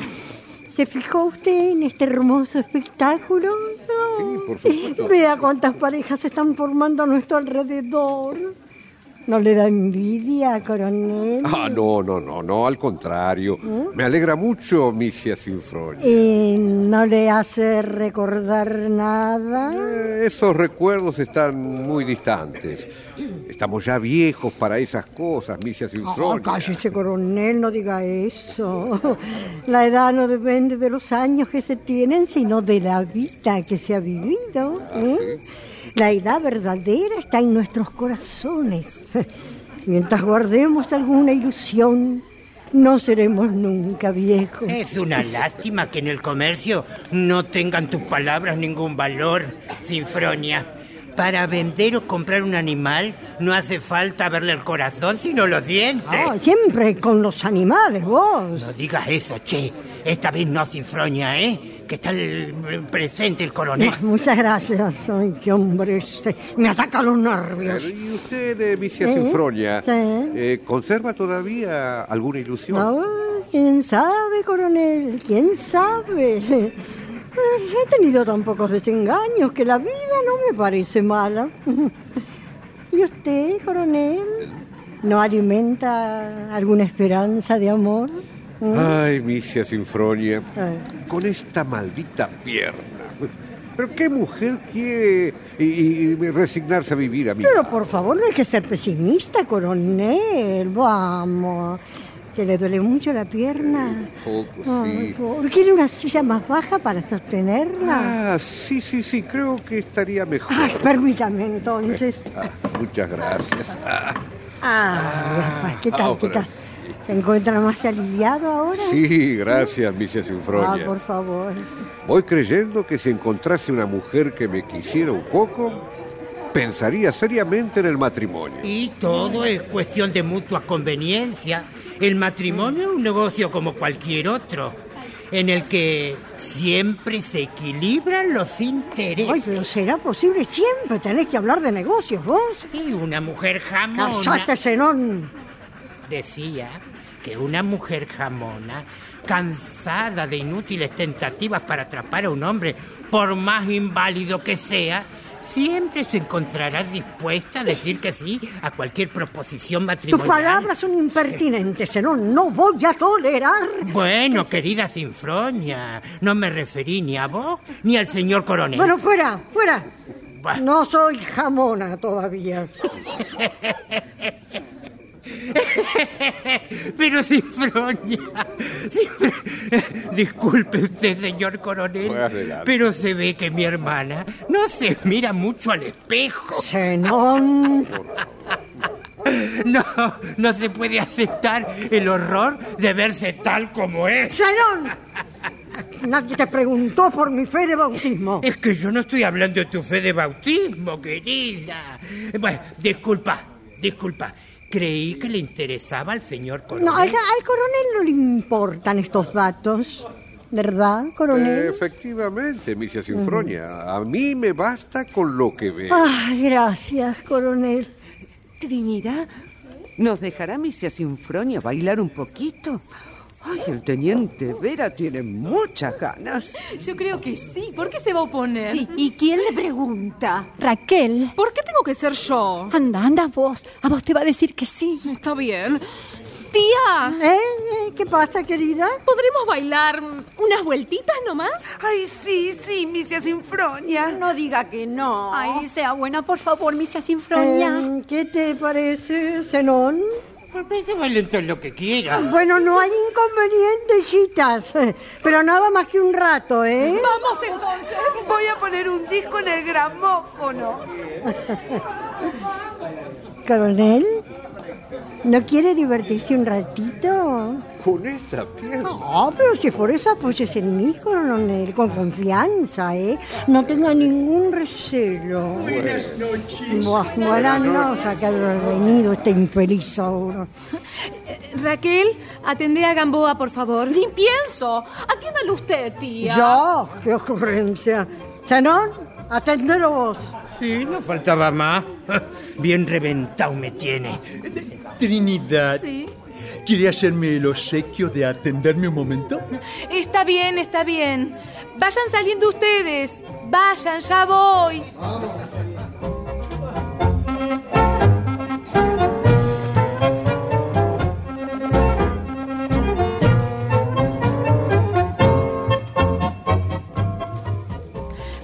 [SPEAKER 5] ¿Se fijó usted en este hermoso espectáculo? Sí,
[SPEAKER 15] por supuesto.
[SPEAKER 5] Vea cuántas parejas se están formando a nuestro alrededor. ¿No le da envidia, coronel?
[SPEAKER 15] Ah, no, no, no, no, al contrario.
[SPEAKER 5] ¿Mm?
[SPEAKER 15] Me alegra mucho, Misia Sinfronia.
[SPEAKER 5] ¿Y Eh, no le hace recordar nada?
[SPEAKER 15] Eh, Esos recuerdos están muy distantes. Estamos ya viejos para esas cosas, Misia
[SPEAKER 5] Ah,
[SPEAKER 15] Sinfronia.
[SPEAKER 5] cállese, coronel, no diga eso. La edad no depende de los años que se tienen, sino de la vida que se ha vivido. ¿eh? La edad verdadera está en nuestros corazones. Mientras guardemos alguna ilusión, no seremos nunca viejos.
[SPEAKER 4] Es una lástima que en el comercio no tengan tus palabras ningún valor, Sinfronia. Para vender o comprar un animal no hace falta verle el corazón, sino los dientes.
[SPEAKER 5] Ah, siempre con los animales, vos.
[SPEAKER 4] No digas eso, che. Esta vez no, Sinfronia, ¿eh? Que está el, el presente el coronel.
[SPEAKER 5] Ah, Muchas gracias. Ay, qué hombre este. Me ataca los nervios.
[SPEAKER 15] ¿Y usted, eh, Misia
[SPEAKER 5] Sí,
[SPEAKER 15] Sinfronia,
[SPEAKER 5] sí.
[SPEAKER 15] eh, conserva todavía alguna ilusión?
[SPEAKER 5] Ah, ¿Quién sabe, coronel? ¿Quién sabe? Eh, He tenido tan pocos desengaños que la vida no me parece mala. ¿Y usted, coronel? ¿No alimenta alguna esperanza de amor? ¿Mm?
[SPEAKER 15] Ay, Misia Sinfronia,
[SPEAKER 5] Ay.
[SPEAKER 15] con esta maldita pierna. ¿Pero qué mujer quiere y- y resignarse a vivir, amiga?
[SPEAKER 5] Pero por favor, no hay que ser pesimista, coronel. Vamos. Que le duele mucho la pierna.
[SPEAKER 15] Poco,
[SPEAKER 5] Ay, pobre. ¿Quiere una silla más baja para sostenerla?
[SPEAKER 15] Ah, sí, sí, sí, creo que estaría mejor.
[SPEAKER 5] Ay, permítame entonces.
[SPEAKER 15] Ah, muchas gracias. Ah,
[SPEAKER 5] Ah, Gaspar, ¿qué tal? ¿Qué
[SPEAKER 15] ahora
[SPEAKER 5] tal? ¿Se encuentra más aliviado ahora?
[SPEAKER 15] Sí, gracias, Misia
[SPEAKER 5] Ah,
[SPEAKER 15] Sinfronia.
[SPEAKER 5] por favor.
[SPEAKER 15] Voy creyendo que si encontrase una mujer que me quisiera un poco, pensaría seriamente en el matrimonio.
[SPEAKER 4] Y todo es cuestión de mutua conveniencia. El matrimonio es un negocio como cualquier otro, en el que siempre se equilibran los intereses.
[SPEAKER 5] Ay, pero será posible, siempre tenés que hablar de negocios, vos.
[SPEAKER 4] Y una mujer jamona
[SPEAKER 5] Casate, Zenón.
[SPEAKER 4] decía que una mujer jamona, cansada de inútiles tentativas para atrapar a un hombre, por más inválido que sea, siempre se encontrará dispuesta a decir que sí a cualquier proposición
[SPEAKER 5] Tus
[SPEAKER 4] matrimonial.
[SPEAKER 5] palabras son impertinentes, Zenón. No voy a tolerar.
[SPEAKER 4] Bueno, querida Sinfronia, no me referí ni a vos ni al señor coronel.
[SPEAKER 5] Bueno, fuera, fuera. No soy jamona todavía.
[SPEAKER 4] Pero Sinfronia, Sinfro- disculpe usted, señor coronel,
[SPEAKER 15] Muy adelante.
[SPEAKER 4] pero se ve que mi hermana no se mira mucho al espejo.
[SPEAKER 5] Zenón.
[SPEAKER 4] No, no se puede aceptar el horror de verse tal como es.
[SPEAKER 5] Zenón. Nadie te preguntó por mi fe de bautismo.
[SPEAKER 4] Es que yo no estoy hablando de tu fe de bautismo, querida. Bueno, disculpa, disculpa. Creí que le interesaba al señor coronel.
[SPEAKER 5] No, al, al coronel no le importan estos datos. ¿Verdad,
[SPEAKER 15] Eh,
[SPEAKER 5] coronel?
[SPEAKER 15] Efectivamente, misia Sinfronia, a mí me basta con lo que veo.
[SPEAKER 5] Ay, gracias, coronel.
[SPEAKER 11] Trinidad, ¿nos dejará Misia Sinfronia bailar un poquito? Ay, el teniente Vera tiene muchas ganas.
[SPEAKER 8] Yo creo que sí. ¿Por qué se va a oponer?
[SPEAKER 14] ¿Y, y quién le pregunta?
[SPEAKER 12] Raquel,
[SPEAKER 7] ¿Por qué tengo que ser yo?
[SPEAKER 12] anda, anda vos. A vos te va a decir que sí.
[SPEAKER 7] Está bien. Tía,
[SPEAKER 5] ¿Eh? ¿Eh? ¿Qué pasa, querida?
[SPEAKER 7] ¿podremos bailar unas vueltitas nomás?
[SPEAKER 11] Ay, sí, sí, Misia Sinfronia.
[SPEAKER 6] No diga que no.
[SPEAKER 12] Ay, sea buena, por favor, misa Sinfronia.
[SPEAKER 5] Eh, ¿Qué te parece, Zenón?
[SPEAKER 4] Pues que bailen todo lo que quiera.
[SPEAKER 5] Bueno, no hay inconveniente, chicas. Pero nada más que un rato, ¿eh?
[SPEAKER 8] Vamos entonces.
[SPEAKER 11] Voy a poner un disco en el gramófono.
[SPEAKER 5] Coronel, ¿no quiere divertirse un ratito?
[SPEAKER 15] Con esa pierna.
[SPEAKER 5] No, pero si por eso apoyes en mí, coronel, con confianza, ¿eh? No tenga ningún recelo.
[SPEAKER 13] Buenas noches.
[SPEAKER 5] Buah, Buenas noches, que ha venido este infeliz ahora.
[SPEAKER 8] Raquel, atendé a Gamboa, por favor.
[SPEAKER 7] Ni pienso. Atiéndalo usted, tía.
[SPEAKER 5] ¿Yo? ¿Qué ocurrencia? Zenón, atendelo vos.
[SPEAKER 4] Sí, no faltaba más. Bien reventado me tiene.
[SPEAKER 1] Trinidad,
[SPEAKER 8] Sí.
[SPEAKER 1] ¿quiere hacerme el obsequio de atenderme un momento?
[SPEAKER 8] Está bien, está bien. Vayan saliendo ustedes. Vayan, ya voy.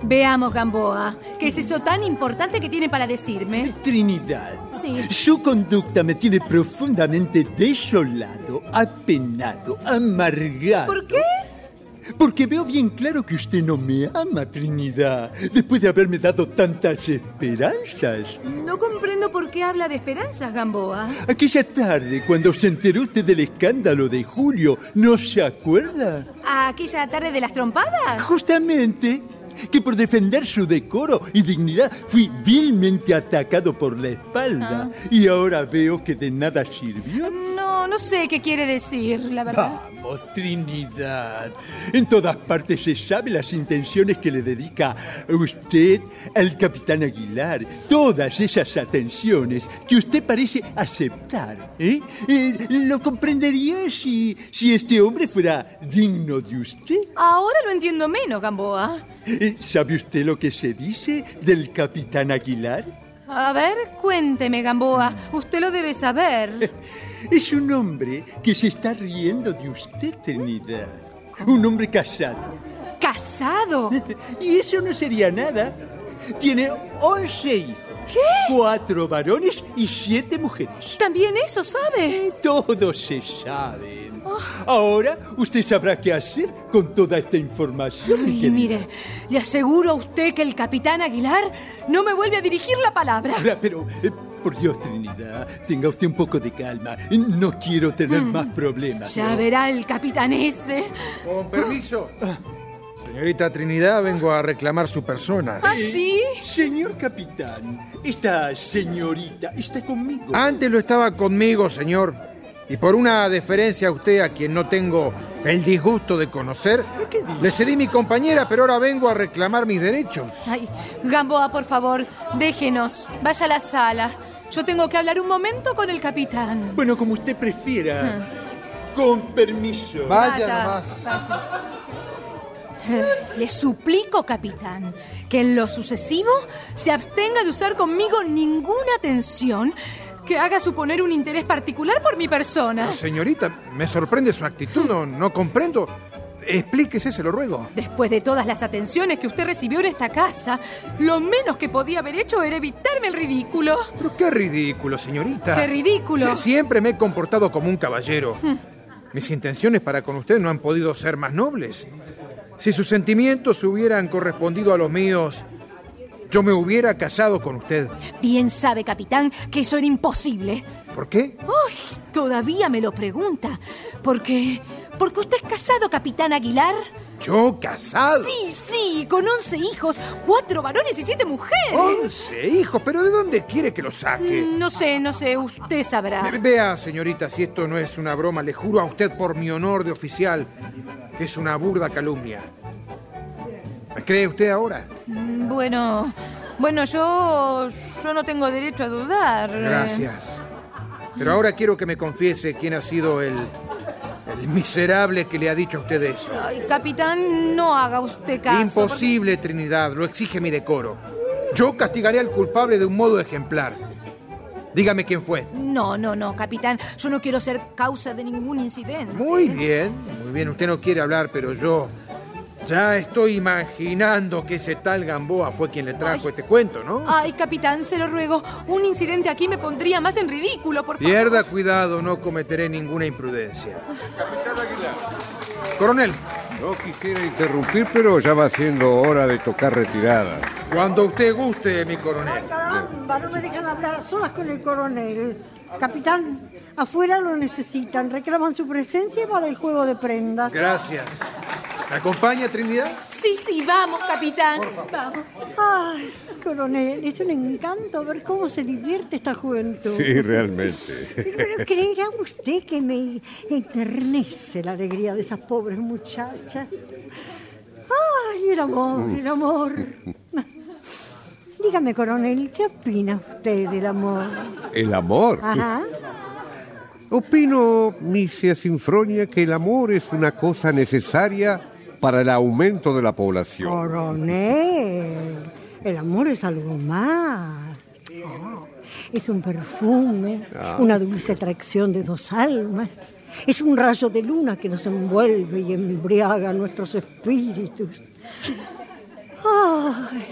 [SPEAKER 8] Veamos, Gamboa, ¿qué es eso tan importante que tiene para decirme?
[SPEAKER 1] Trinidad,
[SPEAKER 8] Sí.
[SPEAKER 1] su conducta me tiene profundamente desolado, apenado, amargado.
[SPEAKER 8] ¿Por qué?
[SPEAKER 1] Porque veo bien claro que usted no me ama, Trinidad, después de haberme dado tantas esperanzas.
[SPEAKER 8] No comprendo por qué habla de esperanzas, Gamboa.
[SPEAKER 1] Aquella tarde, cuando se enteró usted del escándalo de Julio, ¿no se acuerda?
[SPEAKER 8] ¿Aquella tarde de las trompadas?
[SPEAKER 1] Justamente que por defender su decoro y dignidad fui vilmente atacado por la espalda.
[SPEAKER 8] Ah.
[SPEAKER 1] Y ahora veo que de nada sirvió.
[SPEAKER 8] No, no sé qué quiere decir, la verdad.
[SPEAKER 1] Vamos, Trinidad. En todas partes se sabe las intenciones que le dedica usted al capitán Aguilar. Todas esas atenciones que usted parece aceptar. ¿eh? Eh, lo comprendería si, si este hombre fuera digno de usted.
[SPEAKER 8] Ahora lo entiendo menos, Gamboa.
[SPEAKER 1] Eh, ¿Sabe usted lo que se dice del capitán Aguilar?
[SPEAKER 8] A ver, cuénteme, Gamboa. Usted lo debe saber.
[SPEAKER 1] Es un hombre que se está riendo de usted, Trinidad. Un hombre casado.
[SPEAKER 8] ¿Casado?
[SPEAKER 1] Y eso no sería nada. Tiene 11 hijos. Cuatro varones y siete mujeres.
[SPEAKER 8] También eso, ¿sabe?
[SPEAKER 1] Todo se sabe. Ahora usted sabrá qué hacer con toda esta información. mi
[SPEAKER 8] Ay,
[SPEAKER 1] querida.
[SPEAKER 8] mire, le aseguro a usted que el capitán Aguilar no me vuelve a dirigir la palabra.
[SPEAKER 1] Ahora, pero, eh, por Dios, Trinidad, tenga usted un poco de calma. No quiero
[SPEAKER 8] Mm.
[SPEAKER 1] tener más problemas.
[SPEAKER 8] Ya
[SPEAKER 1] ¿no?
[SPEAKER 8] verá el capitán ese.
[SPEAKER 15] Con permiso.
[SPEAKER 16] Señorita Trinidad, vengo a reclamar su persona.
[SPEAKER 1] ¿Ah, sí? Señor capitán, esta señorita está conmigo.
[SPEAKER 16] Antes lo estaba conmigo, señor. Y por una deferencia a usted, a quien no tengo el disgusto de conocer, le cedí mi compañera, pero ahora vengo a reclamar mis derechos.
[SPEAKER 8] Ay, Gamboa, por favor, déjenos. Vaya a la sala. Yo tengo que hablar un momento con el capitán.
[SPEAKER 1] Bueno, como usted prefiera. Con permiso.
[SPEAKER 8] vaya. Eh, Le suplico, capitán, que en lo sucesivo se abstenga de usar conmigo ninguna tensión que haga suponer un interés particular por mi persona.
[SPEAKER 1] Ah.
[SPEAKER 16] Pero, señorita, me sorprende su actitud, no, no comprendo. Explíquese, se lo ruego.
[SPEAKER 8] Después Pues de todas las atenciones que usted recibió en esta casa, lo menos que podía haber hecho era evitarme el ridículo.
[SPEAKER 16] Pero qué ridículo, señorita.
[SPEAKER 8] Qué ridículo.
[SPEAKER 16] Sie- siempre me he comportado como un caballero.
[SPEAKER 8] Hmm.
[SPEAKER 16] Mis intenciones para con usted no han podido ser más nobles. Si sus sentimientos hubieran correspondido a los míos, yo me hubiera casado con usted.
[SPEAKER 8] Bien sabe, capitán, que eso era imposible.
[SPEAKER 16] ¿Por qué?
[SPEAKER 8] ¡Ay! Todavía me lo pregunta. Porque. Porque usted es casado, capitán Aguilar.
[SPEAKER 16] ¿Yo casado?
[SPEAKER 8] Sí, sí, con 11 hijos, cuatro varones y siete mujeres.
[SPEAKER 16] Once hijos, pero ¿de dónde quiere que lo saque?
[SPEAKER 8] No sé, no sé, usted sabrá.
[SPEAKER 16] Ve- Vea, señorita, si esto no es una broma, le juro a usted por mi honor de oficial, que es una burda calumnia. ¿Me cree usted ahora?
[SPEAKER 8] Mm, Bueno, bueno, yo yo no tengo derecho a dudar.
[SPEAKER 16] Eh. Gracias. Pero ahora quiero que me confiese quién ha sido el, el miserable que le ha dicho a usted eso.
[SPEAKER 8] Ay, capitán, no haga usted caso.
[SPEAKER 16] Imposible, Trinidad, lo exige mi decoro. Yo castigaré al culpable de un modo ejemplar. Dígame quién fue.
[SPEAKER 8] porque- No, no, no, capitán, yo no quiero ser causa de ningún incidente.
[SPEAKER 16] Muy bien, muy bien, usted no quiere hablar, pero yo ya estoy imaginando que ese tal Gamboa fue quien le trajo este cuento, ¿no?
[SPEAKER 8] Ay, capitán, se lo ruego, un incidente aquí me pondría más en ridículo, por favor.
[SPEAKER 16] Pierda cuidado, no cometeré ninguna imprudencia.
[SPEAKER 15] Capitán Aguilar.
[SPEAKER 16] Coronel.
[SPEAKER 15] No quisiera interrumpir, pero ya va siendo hora de tocar retirada.
[SPEAKER 16] Cuando usted guste, mi coronel.
[SPEAKER 5] Caramba, no me dejan hablar a solas con el coronel. Capitán, afuera lo necesitan. Reclaman su presencia para el juego de prendas.
[SPEAKER 16] Gracias. ¿Me acompaña, Trinidad?
[SPEAKER 8] Sí, sí, vamos, capitán. Vamos.
[SPEAKER 5] Ay, coronel, es un encanto ver cómo se divierte esta juventud.
[SPEAKER 15] Sí, realmente.
[SPEAKER 5] Pero creerá usted que me enternece la alegría de esas pobres muchachas. Ay, el amor, el amor. Dígame, coronel, ¿qué opina usted del amor?
[SPEAKER 15] El amor.
[SPEAKER 5] Ajá.
[SPEAKER 15] Opino, Misia Sinfronia, que el amor es una cosa necesaria para el aumento de la población.
[SPEAKER 5] Coronel, el amor es algo más. Ah, es un perfume,
[SPEAKER 15] Ah.
[SPEAKER 5] una dulce atracción de dos almas. Es un rayo de luna que nos envuelve y embriaga nuestros espíritus. Oh, Ay.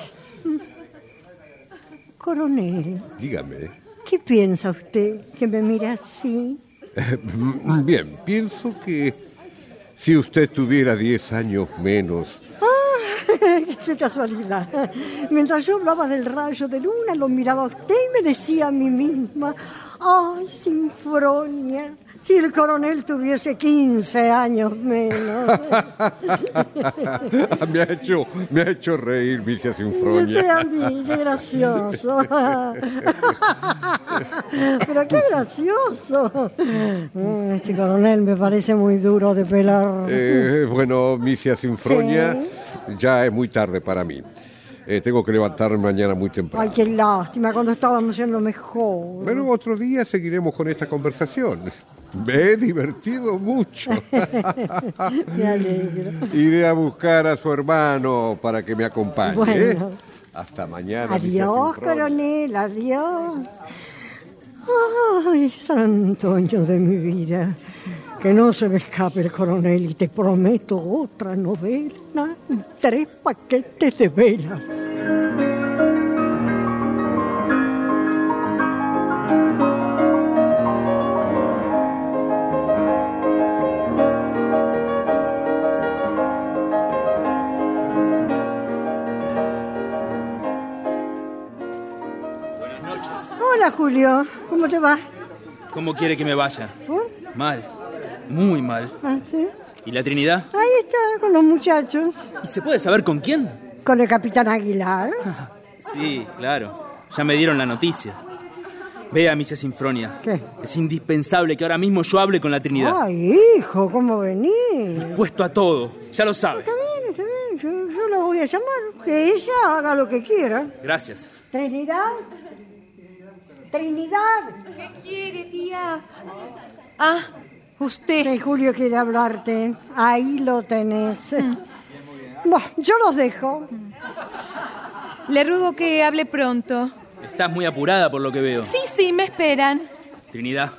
[SPEAKER 5] Coronel,
[SPEAKER 15] Dígame.
[SPEAKER 5] ¿qué piensa usted que me mira así?
[SPEAKER 15] Bien, pienso que si usted tuviera 10 años menos,
[SPEAKER 5] Ah, ¡Qué casualidad! Mientras yo hablaba del rayo de luna, lo miraba a usted y me decía a mí misma, ¡ay, Sinfronia! Si el coronel tuviese 15 años menos.
[SPEAKER 15] me, ha hecho, me ha hecho reír, Misia
[SPEAKER 5] Usted a
[SPEAKER 15] Sinfronia.
[SPEAKER 5] mí, qué gracioso. Pero qué gracioso. Mm, Este coronel me parece muy duro de pelar.
[SPEAKER 15] Eh, bueno, Misia Sinfronia, ya es muy tarde para mí. Eh, tengo que levantarme mañana muy temprano.
[SPEAKER 5] Ay, qué lástima, cuando estábamos en lo mejor.
[SPEAKER 15] Bueno, otro día seguiremos con esta conversación. Me he divertido mucho.
[SPEAKER 5] Me alegro.
[SPEAKER 15] Iré a buscar a su hermano para que me acompañe. ¿eh?
[SPEAKER 5] Bueno.
[SPEAKER 15] Hasta mañana. Alicia
[SPEAKER 5] Adiós,
[SPEAKER 15] Sinfronia.
[SPEAKER 5] coronel, adiós. Ay, San Antonio de mi vida, que no se me escape el coronel y te prometo otra novela y tres paquetes de velas. Hola, Julio, ¿cómo te va?
[SPEAKER 10] ¿Cómo quiere que me vaya?
[SPEAKER 5] ¿Por?
[SPEAKER 10] Mal. Muy mal.
[SPEAKER 5] Ah, ¿sí?
[SPEAKER 10] ¿Y la Trinidad?
[SPEAKER 5] Ahí está, con los muchachos.
[SPEAKER 10] ¿Y se puede saber con quién?
[SPEAKER 5] Con el capitán Aguilar.
[SPEAKER 10] Sí, claro. Ya me dieron la noticia. Vea, Mrs. Sinfronia.
[SPEAKER 5] ¿Qué?
[SPEAKER 10] Es indispensable que ahora mismo yo hable con la Trinidad.
[SPEAKER 5] Ay, hijo, ¿cómo venís?
[SPEAKER 10] Puesto a todo, ya lo sabe.
[SPEAKER 5] Está bien, está bien. Yo, yo la voy a llamar. Que ella haga lo que quiera.
[SPEAKER 10] Gracias.
[SPEAKER 5] Trinidad. Trinidad.
[SPEAKER 8] ¿Qué quiere, tía?
[SPEAKER 5] Ah, usted. Que Julio quiere hablarte. Ahí lo tenés. Bueno, yo los dejo.
[SPEAKER 8] Le ruego que hable pronto.
[SPEAKER 10] Estás muy apurada por lo que veo.
[SPEAKER 8] Sí, sí, me esperan.
[SPEAKER 10] Trinidad,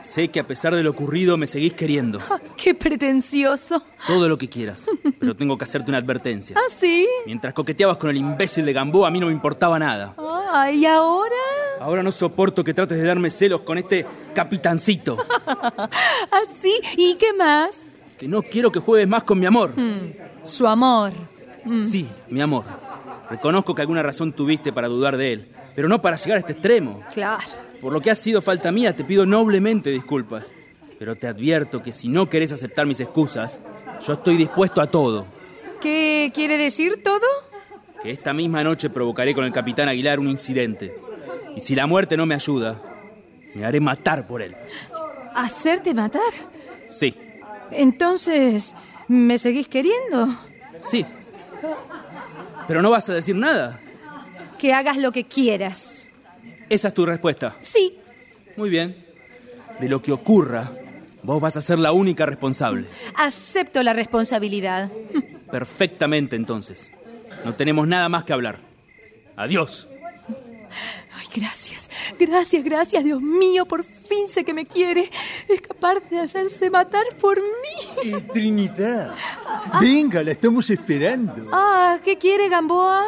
[SPEAKER 10] sé que a pesar de lo ocurrido me seguís queriendo.
[SPEAKER 8] Ah, Qué pretencioso.
[SPEAKER 10] Todo lo que quieras. Pero tengo que hacerte una advertencia.
[SPEAKER 8] ¿Ah, sí?
[SPEAKER 10] Mientras coqueteabas con el imbécil de Gamboa, a mí no me importaba nada.
[SPEAKER 8] Ah, ¿Y ahora?
[SPEAKER 10] Ahora no soporto que trates de darme celos con este capitancito.
[SPEAKER 8] ¿Ah, sí? ¿Y qué más?
[SPEAKER 10] Que no quiero que juegues más con mi amor.
[SPEAKER 8] Mm, Su amor. Mm.
[SPEAKER 10] Sí, mi amor. Reconozco que alguna razón tuviste para dudar de él, pero no para llegar a este extremo.
[SPEAKER 8] Claro.
[SPEAKER 10] Por lo que ha sido falta mía, te pido noblemente disculpas. Pero te advierto que si no querés aceptar mis excusas, yo estoy dispuesto a todo.
[SPEAKER 8] ¿Qué quiere decir todo?
[SPEAKER 10] Que esta misma noche provocaré con el capitán Aguilar un incidente. Y si la muerte no me ayuda, me haré matar por él.
[SPEAKER 8] ¿Hacerte matar?
[SPEAKER 10] Sí,
[SPEAKER 8] Entonces, ¿me seguís queriendo?
[SPEAKER 10] sí. Pero no vas a decir nada.
[SPEAKER 8] Que hagas lo que quieras.
[SPEAKER 10] Esa es tu respuesta.
[SPEAKER 8] Sí.
[SPEAKER 10] Muy bien. De lo que ocurra, vos vas a ser la única responsable.
[SPEAKER 8] Acepto la responsabilidad. Hmm.
[SPEAKER 10] Perfectamente entonces. No tenemos nada más que hablar. Adiós.
[SPEAKER 8] Ay, gracias. Gracias, gracias, Dios mío. Por fin sé que me quiere. Es capaz de hacerse matar por mí.
[SPEAKER 1] Trinidad. Venga, la estamos esperando.
[SPEAKER 8] Ah, ¿qué quiere Gamboa?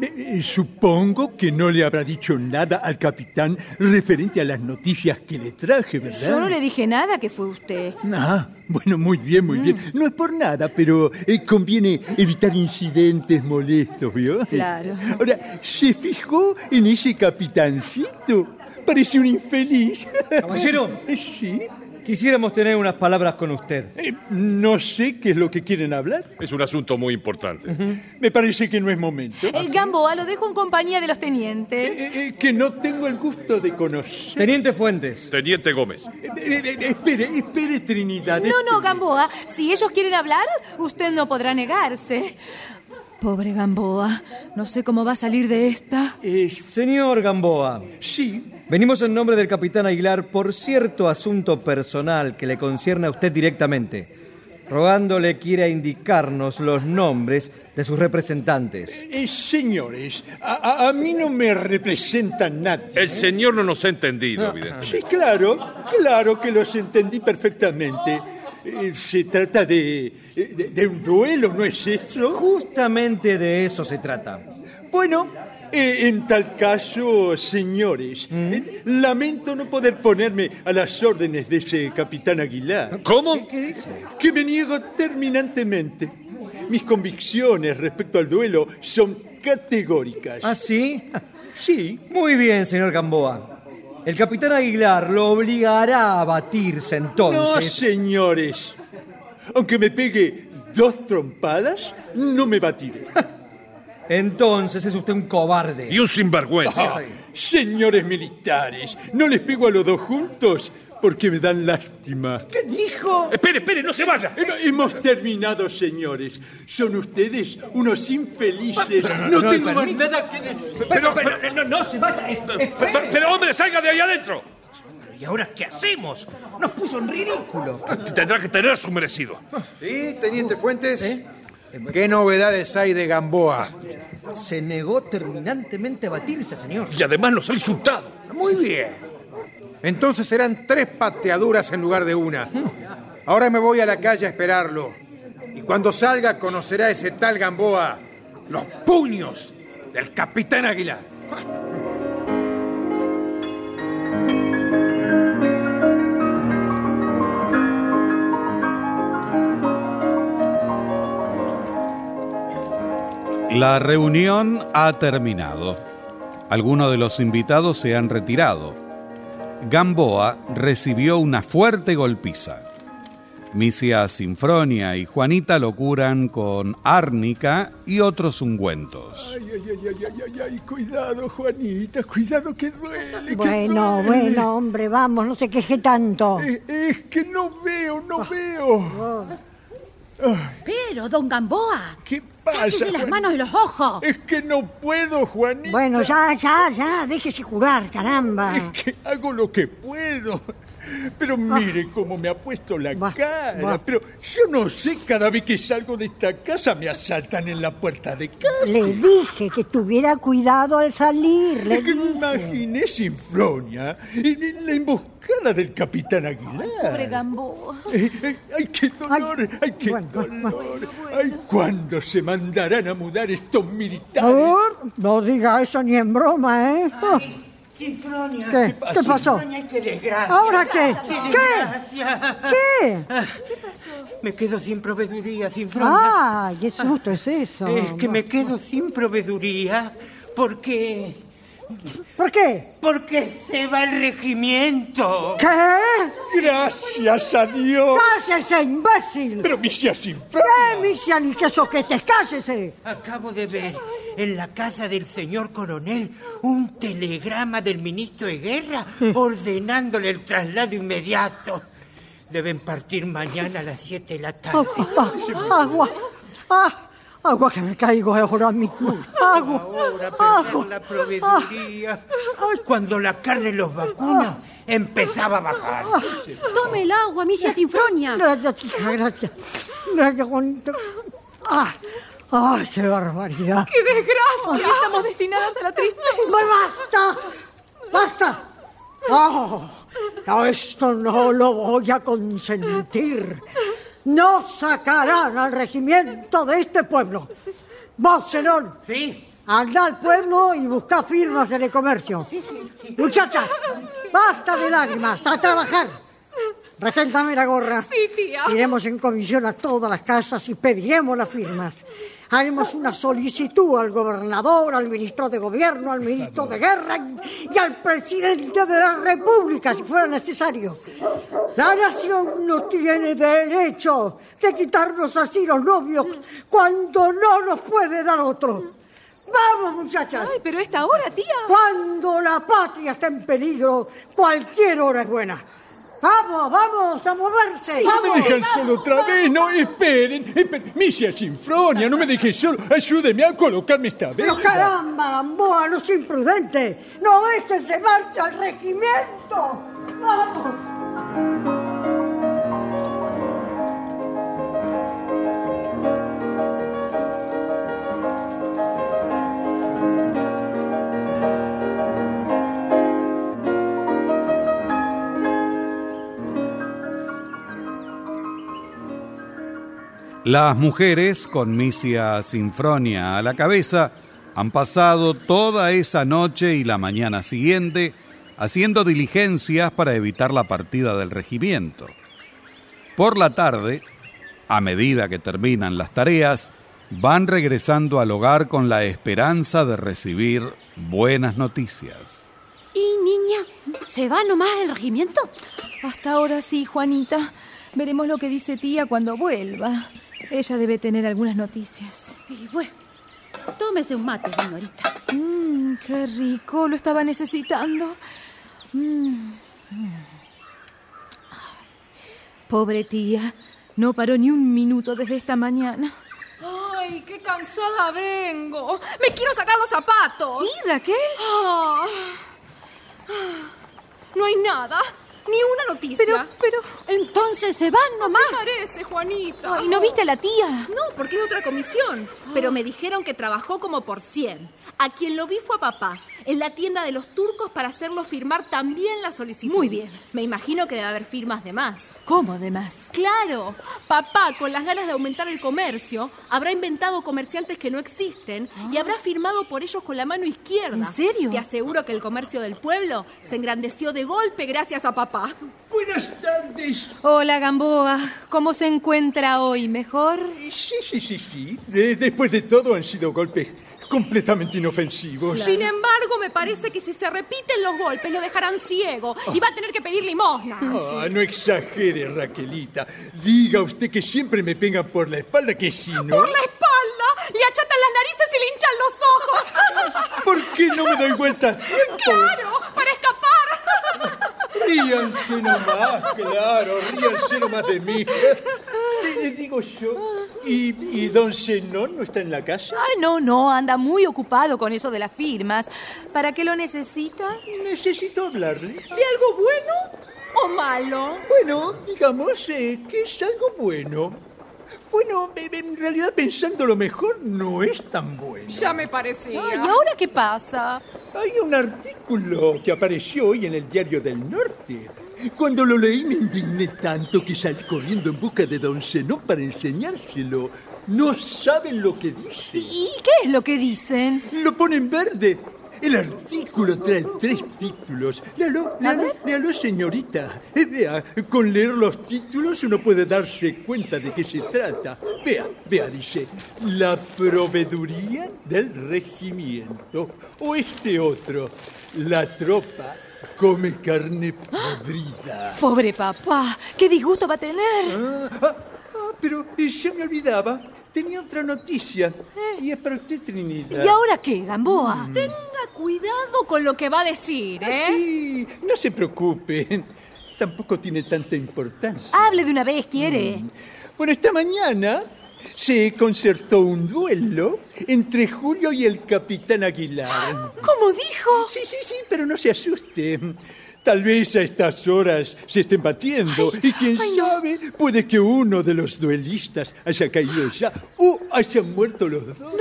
[SPEAKER 1] Eh, Supongo que no le habrá dicho nada al capitán referente a las noticias que le traje, ¿verdad?
[SPEAKER 8] Yo no le dije nada que fue usted.
[SPEAKER 1] Ah, bueno, muy bien, muy bien.
[SPEAKER 8] Mm.
[SPEAKER 1] No es por nada, pero eh, conviene evitar incidentes molestos, ¿vio?
[SPEAKER 8] Claro.
[SPEAKER 1] Ahora, ¿se fijó en ese capitancito? Parece un infeliz. Eh,
[SPEAKER 17] Caballero.
[SPEAKER 1] Sí.
[SPEAKER 17] Quisiéramos tener unas palabras con usted.
[SPEAKER 1] Eh, no sé qué es lo que quieren hablar.
[SPEAKER 18] Es un asunto muy importante.
[SPEAKER 1] Me parece que no es momento.
[SPEAKER 8] El Gamboa lo dejo en compañía de los tenientes.
[SPEAKER 1] ¿Ah, Eh, eh, que no tengo el gusto de conocer.
[SPEAKER 17] Teniente Fuentes.
[SPEAKER 18] Teniente Gómez.
[SPEAKER 1] Eh, eh, eh, espere, espere, Trinidad.
[SPEAKER 8] No, no, Gamboa. Si ellos quieren hablar, usted no podrá negarse. Pobre Gamboa. No sé cómo va a salir de esta.
[SPEAKER 17] Señor Gamboa.
[SPEAKER 1] Sí.
[SPEAKER 17] Venimos en nombre del capitán Aguilar por cierto asunto personal que le concierne a usted directamente, rogándole quiera indicarnos los nombres de sus representantes.
[SPEAKER 1] Eh, señores, a, a- a mí no me representa nadie. ¿eh?
[SPEAKER 18] El señor no nos ha entendido, evidentemente.
[SPEAKER 1] Sí, claro, claro que los entendí perfectamente. Eh, se trata de, de, de un duelo, ¿no es eso?
[SPEAKER 17] Justamente de eso se trata.
[SPEAKER 1] Bueno, eh, en tal caso, señores,
[SPEAKER 17] ¿Mm?
[SPEAKER 1] eh, lamento no poder ponerme a las órdenes de ese capitán Aguilar.
[SPEAKER 18] ¿Cómo?
[SPEAKER 1] ¿Qué dice? Que me niego terminantemente. Mis convicciones respecto al duelo son categóricas.
[SPEAKER 17] ¿Ah, sí?
[SPEAKER 1] Sí.
[SPEAKER 17] Muy bien, señor Gamboa. El capitán Aguilar lo obligará a batirse
[SPEAKER 1] No,
[SPEAKER 17] entonces.
[SPEAKER 1] señores. Aunque me pegue dos trompadas, no me batiré.
[SPEAKER 17] Entonces es usted un cobarde.
[SPEAKER 18] Y un sinvergüenza.
[SPEAKER 1] Ah, señores militares, no les pego a los dos juntos porque me dan lástima.
[SPEAKER 17] ¿Qué dijo?
[SPEAKER 18] Espere, espere, no se vaya.
[SPEAKER 1] Hem- Hemos terminado, señores. Son ustedes unos infelices. No,
[SPEAKER 17] no,
[SPEAKER 1] tengo más
[SPEAKER 17] permítame.
[SPEAKER 1] nada que decir.
[SPEAKER 17] Pero, pero, no, no se vaya. es- es-
[SPEAKER 18] Pero, pero, hombre, salga de ahí adentro.
[SPEAKER 4] ¿Y ahora qué hacemos? Nos puso en ridículo.
[SPEAKER 18] Tendrá que tener su merecido.
[SPEAKER 16] Sí, teniente Fuentes.
[SPEAKER 17] ¿Eh?
[SPEAKER 16] ¿Qué novedades hay de Gamboa?
[SPEAKER 17] Se negó terminantemente a batirse, señor.
[SPEAKER 18] Y además nos ha insultado.
[SPEAKER 16] Muy bien. Entonces serán tres pateaduras en lugar de una. Ahora me voy a la calle a esperarlo. Y cuando salga conocerá ese tal Gamboa los puños del capitán Aguilar.
[SPEAKER 3] La reunión ha terminado. Algunos de los invitados se han retirado. Gamboa recibió una fuerte golpiza. Misia Sinfronia y Juanita lo curan con árnica y otros ungüentos.
[SPEAKER 1] Ay, ay, ay, ay, ay, ay, ay, cuidado, Juanita, cuidado que duele. que
[SPEAKER 5] Bueno,
[SPEAKER 1] duele.
[SPEAKER 5] bueno, hombre, vamos, no se queje tanto.
[SPEAKER 1] Eh, Es que no veo, no veo.
[SPEAKER 14] Ah. Pero, don Gamboa,
[SPEAKER 1] ¿Qué
[SPEAKER 14] sáquese
[SPEAKER 1] pasa?
[SPEAKER 14] las
[SPEAKER 1] Juan-
[SPEAKER 14] manos de los ojos.
[SPEAKER 1] Es que no puedo, Juanita.
[SPEAKER 5] Bueno, ya, ya, ya, déjese curar, caramba.
[SPEAKER 1] que hago lo que puedo. Pero mire cómo me ha puesto la cara.
[SPEAKER 5] Ah. buah.
[SPEAKER 1] Pero yo no sé, cada vez que salgo de esta casa me asaltan en la puerta de casa.
[SPEAKER 5] Le dije que tuviera cuidado al salir. Le
[SPEAKER 1] Es que me
[SPEAKER 5] dije.
[SPEAKER 1] imaginé Sinfronia en en la emboscada del Capitán
[SPEAKER 8] Pobre
[SPEAKER 1] Aguilar.
[SPEAKER 8] Gamboa.
[SPEAKER 1] Eh, eh, ¡Ay, qué dolor! ¡Ay, qué dolor! ¡Ay, cuándo se mandarán a mudar estos militares!
[SPEAKER 5] Por, "Oh, no diga eso ni en broma, ¿eh?
[SPEAKER 4] Sinfronia.
[SPEAKER 5] ¿Qué? ¿Qué pasó?
[SPEAKER 4] Sinfronia, qué desgracia.
[SPEAKER 5] ¿Ahora qué?
[SPEAKER 4] Qué desgracia.
[SPEAKER 5] ¿Qué? ¿Qué?
[SPEAKER 4] Me quedo sin proveeduría, Sinfronia.
[SPEAKER 5] Ah, qué susto es eso.
[SPEAKER 4] Es que me quedo sin proveeduría porque...
[SPEAKER 5] ¿Por qué?
[SPEAKER 4] Porque se va el regimiento.
[SPEAKER 5] ¿Qué?
[SPEAKER 1] ¡Gracias a Dios!
[SPEAKER 5] ¡Cállese, imbécil!
[SPEAKER 1] Pero misia sin
[SPEAKER 5] ¡Eh, misia, ni que eh. soquetes! ¡Cállese!
[SPEAKER 4] Acabo de ver en la casa del señor coronel un telegrama del ministro de guerra ordenándole el traslado inmediato. Deben partir mañana a las 7 de la tarde.
[SPEAKER 5] Ah, agua. Ah, agua que me caigo ahora mismo. Agua.
[SPEAKER 4] Ahora perder la proveeduría. Cuando la carne los vacuna empezaba a bajar.
[SPEAKER 14] Tome el agua, misia Tinfronia.
[SPEAKER 5] Gracias, hija, gracias. Gracias, Juanita. Ah, ah, qué barbaridad.
[SPEAKER 8] ¡Qué desgracia! Estamos destinadas a la tristeza.
[SPEAKER 5] Bueno, basta! ¡Basta! ¡No! no, esto no lo voy a consentir. No sacarán al regimiento de este pueblo. Vos, Zenón.
[SPEAKER 4] Sí.
[SPEAKER 5] Andá al pueblo y buscá firmas en el comercio. Muchachas, basta de lágrimas, a trabajar. Raquel, dame la gorra.
[SPEAKER 8] Sí, tía.
[SPEAKER 5] Iremos en comisión a todas las casas y pediremos las firmas. Haremos una solicitud al gobernador, al ministro de gobierno, al ministro de guerra y- y al presidente de la república, si fuera necesario. La nación no tiene derecho de quitarnos así los novios cuando no nos puede dar otro. ¡Vamos, muchachas!
[SPEAKER 8] Ay, pero esta hora, tía.
[SPEAKER 5] Cuando la patria está en peligro, cualquier hora es buena. ¡Vamos, vamos, a moverse!
[SPEAKER 1] No me
[SPEAKER 5] ¡Vamos!
[SPEAKER 1] dejan solo otra vez, no, esperen, esperen. Misia Sinfronia, no me dejen solo, ayúdeme a colocarme esta vez.
[SPEAKER 5] ¡Pero caramba, Gamboa, no es imprudente! ¡No ves que se marcha el regimiento! ¡Vamos!
[SPEAKER 3] Las mujeres, con Misia Sinfronia a la cabeza, han pasado toda esa noche y la mañana siguiente haciendo diligencias para evitar la partida del regimiento. Por la tarde, a medida que terminan las tareas, van regresando al hogar con la esperanza de recibir buenas noticias.
[SPEAKER 14] Y niña, ¿se va nomás el regimiento?
[SPEAKER 8] Hasta ahora sí, Juanita. Veremos lo que dice tía cuando vuelva. Ella debe tener algunas noticias.
[SPEAKER 14] Y bueno, tómese un mate, señorita.
[SPEAKER 8] Mmm, qué rico. Lo estaba necesitando. Mm. Ay, Pobre tía. No paró ni un minuto desde esta mañana.
[SPEAKER 7] Ay, qué cansada vengo. Me quiero sacar los zapatos.
[SPEAKER 8] ¿Y Raquel?
[SPEAKER 7] Ah. Ah. No hay nada, ni una noticia.
[SPEAKER 8] Pero, pero...
[SPEAKER 14] Entonces se van nomás.
[SPEAKER 7] ¿Qué parece, Juanita?
[SPEAKER 8] ¿Y no viste a la tía? Ah.
[SPEAKER 7] No, porque es otra comisión. Pero me dijeron que trabajó como por 100. A quien lo vi fue a papá, en la tienda de los turcos para hacerlo firmar también la solicitud.
[SPEAKER 8] Muy bien.
[SPEAKER 7] Me imagino que debe haber firmas de más.
[SPEAKER 8] ¿Cómo demás?
[SPEAKER 7] Claro, papá, con las ganas de aumentar el comercio, habrá inventado comerciantes que no existen y habrá firmado por ellos con la mano izquierda.
[SPEAKER 8] Ah. ¿En serio?
[SPEAKER 7] Te aseguro que el comercio del pueblo se engrandeció de golpe gracias a papá.
[SPEAKER 1] Buenas tardes.
[SPEAKER 8] Hola, Gamboa. ¿Cómo se encuentra hoy? ¿Mejor?
[SPEAKER 1] Sí, sí, sí, sí. De- después de todo han sido golpes completamente inofensivos.
[SPEAKER 7] Sin embargo, me parece que si se repiten los golpes lo dejarán ciego y va a tener que pedir limosna.
[SPEAKER 1] Ah, no exagere, Raquelita. Diga usted que siempre me pegan por la espalda, que si no...
[SPEAKER 7] Por la espalda, le achatan las narices y le hinchan los ojos.
[SPEAKER 1] ¿Por qué no me doy vuelta?
[SPEAKER 7] ¡Claro! ¡Para escapar!
[SPEAKER 1] Ríanse nomás, claro, ríanse nomás de mí. Le, le digo yo. ¿Y, y don Zenón no está en la casa?
[SPEAKER 8] Ay, no, no, anda muy ocupado con eso de las firmas. ¿Para qué lo necesita?
[SPEAKER 1] Necesito hablarle.
[SPEAKER 7] ¿De algo bueno o malo?
[SPEAKER 1] Bueno, digamos eh, que es algo bueno. Bueno, eh, en realidad pensando lo mejor no es tan bueno.
[SPEAKER 7] Ya me parecía.
[SPEAKER 8] Ay, ¿Y ahora qué pasa?
[SPEAKER 1] Hay un artículo que apareció hoy en el Diario del Norte. Cuando lo leí me indigné tanto que salí corriendo en busca de don Zenón para enseñárselo. No saben lo que dice.
[SPEAKER 8] ¿Y qué es lo que dicen?
[SPEAKER 1] Lo ponen verde. El artículo trae tres títulos. Léalo, léalo, léalo, señorita. Eh, Vea, con leer los títulos uno puede darse cuenta de qué se trata. Vea, vea, dice, la proveeduría del regimiento. O este otro, la tropa come carne
[SPEAKER 8] ¡Ah!
[SPEAKER 1] podrida.
[SPEAKER 8] Pobre papá, qué disgusto va a tener.
[SPEAKER 1] Ah, ah, ah, pero eh, se me olvidaba. Tenía otra noticia. Y es para usted, Trinidad.
[SPEAKER 8] Eh. ¿Y ahora qué, Gamboa?
[SPEAKER 7] Mm. Tenga cuidado con lo que va a decir,
[SPEAKER 1] Ah,
[SPEAKER 7] ¿eh?
[SPEAKER 1] Sí, no se preocupe. Tampoco tiene tanta importancia.
[SPEAKER 8] Hable de una vez, quiere.
[SPEAKER 1] Bueno, esta mañana se concertó un duelo entre Julio y el capitán Aguilar.
[SPEAKER 8] ¿Cómo dijo?
[SPEAKER 1] Sí, sí, sí, pero no se asuste. Tal vez a estas horas se estén batiendo y quién sabe, puede que uno de los duelistas haya caído ya o hayan muerto los dos.
[SPEAKER 7] No.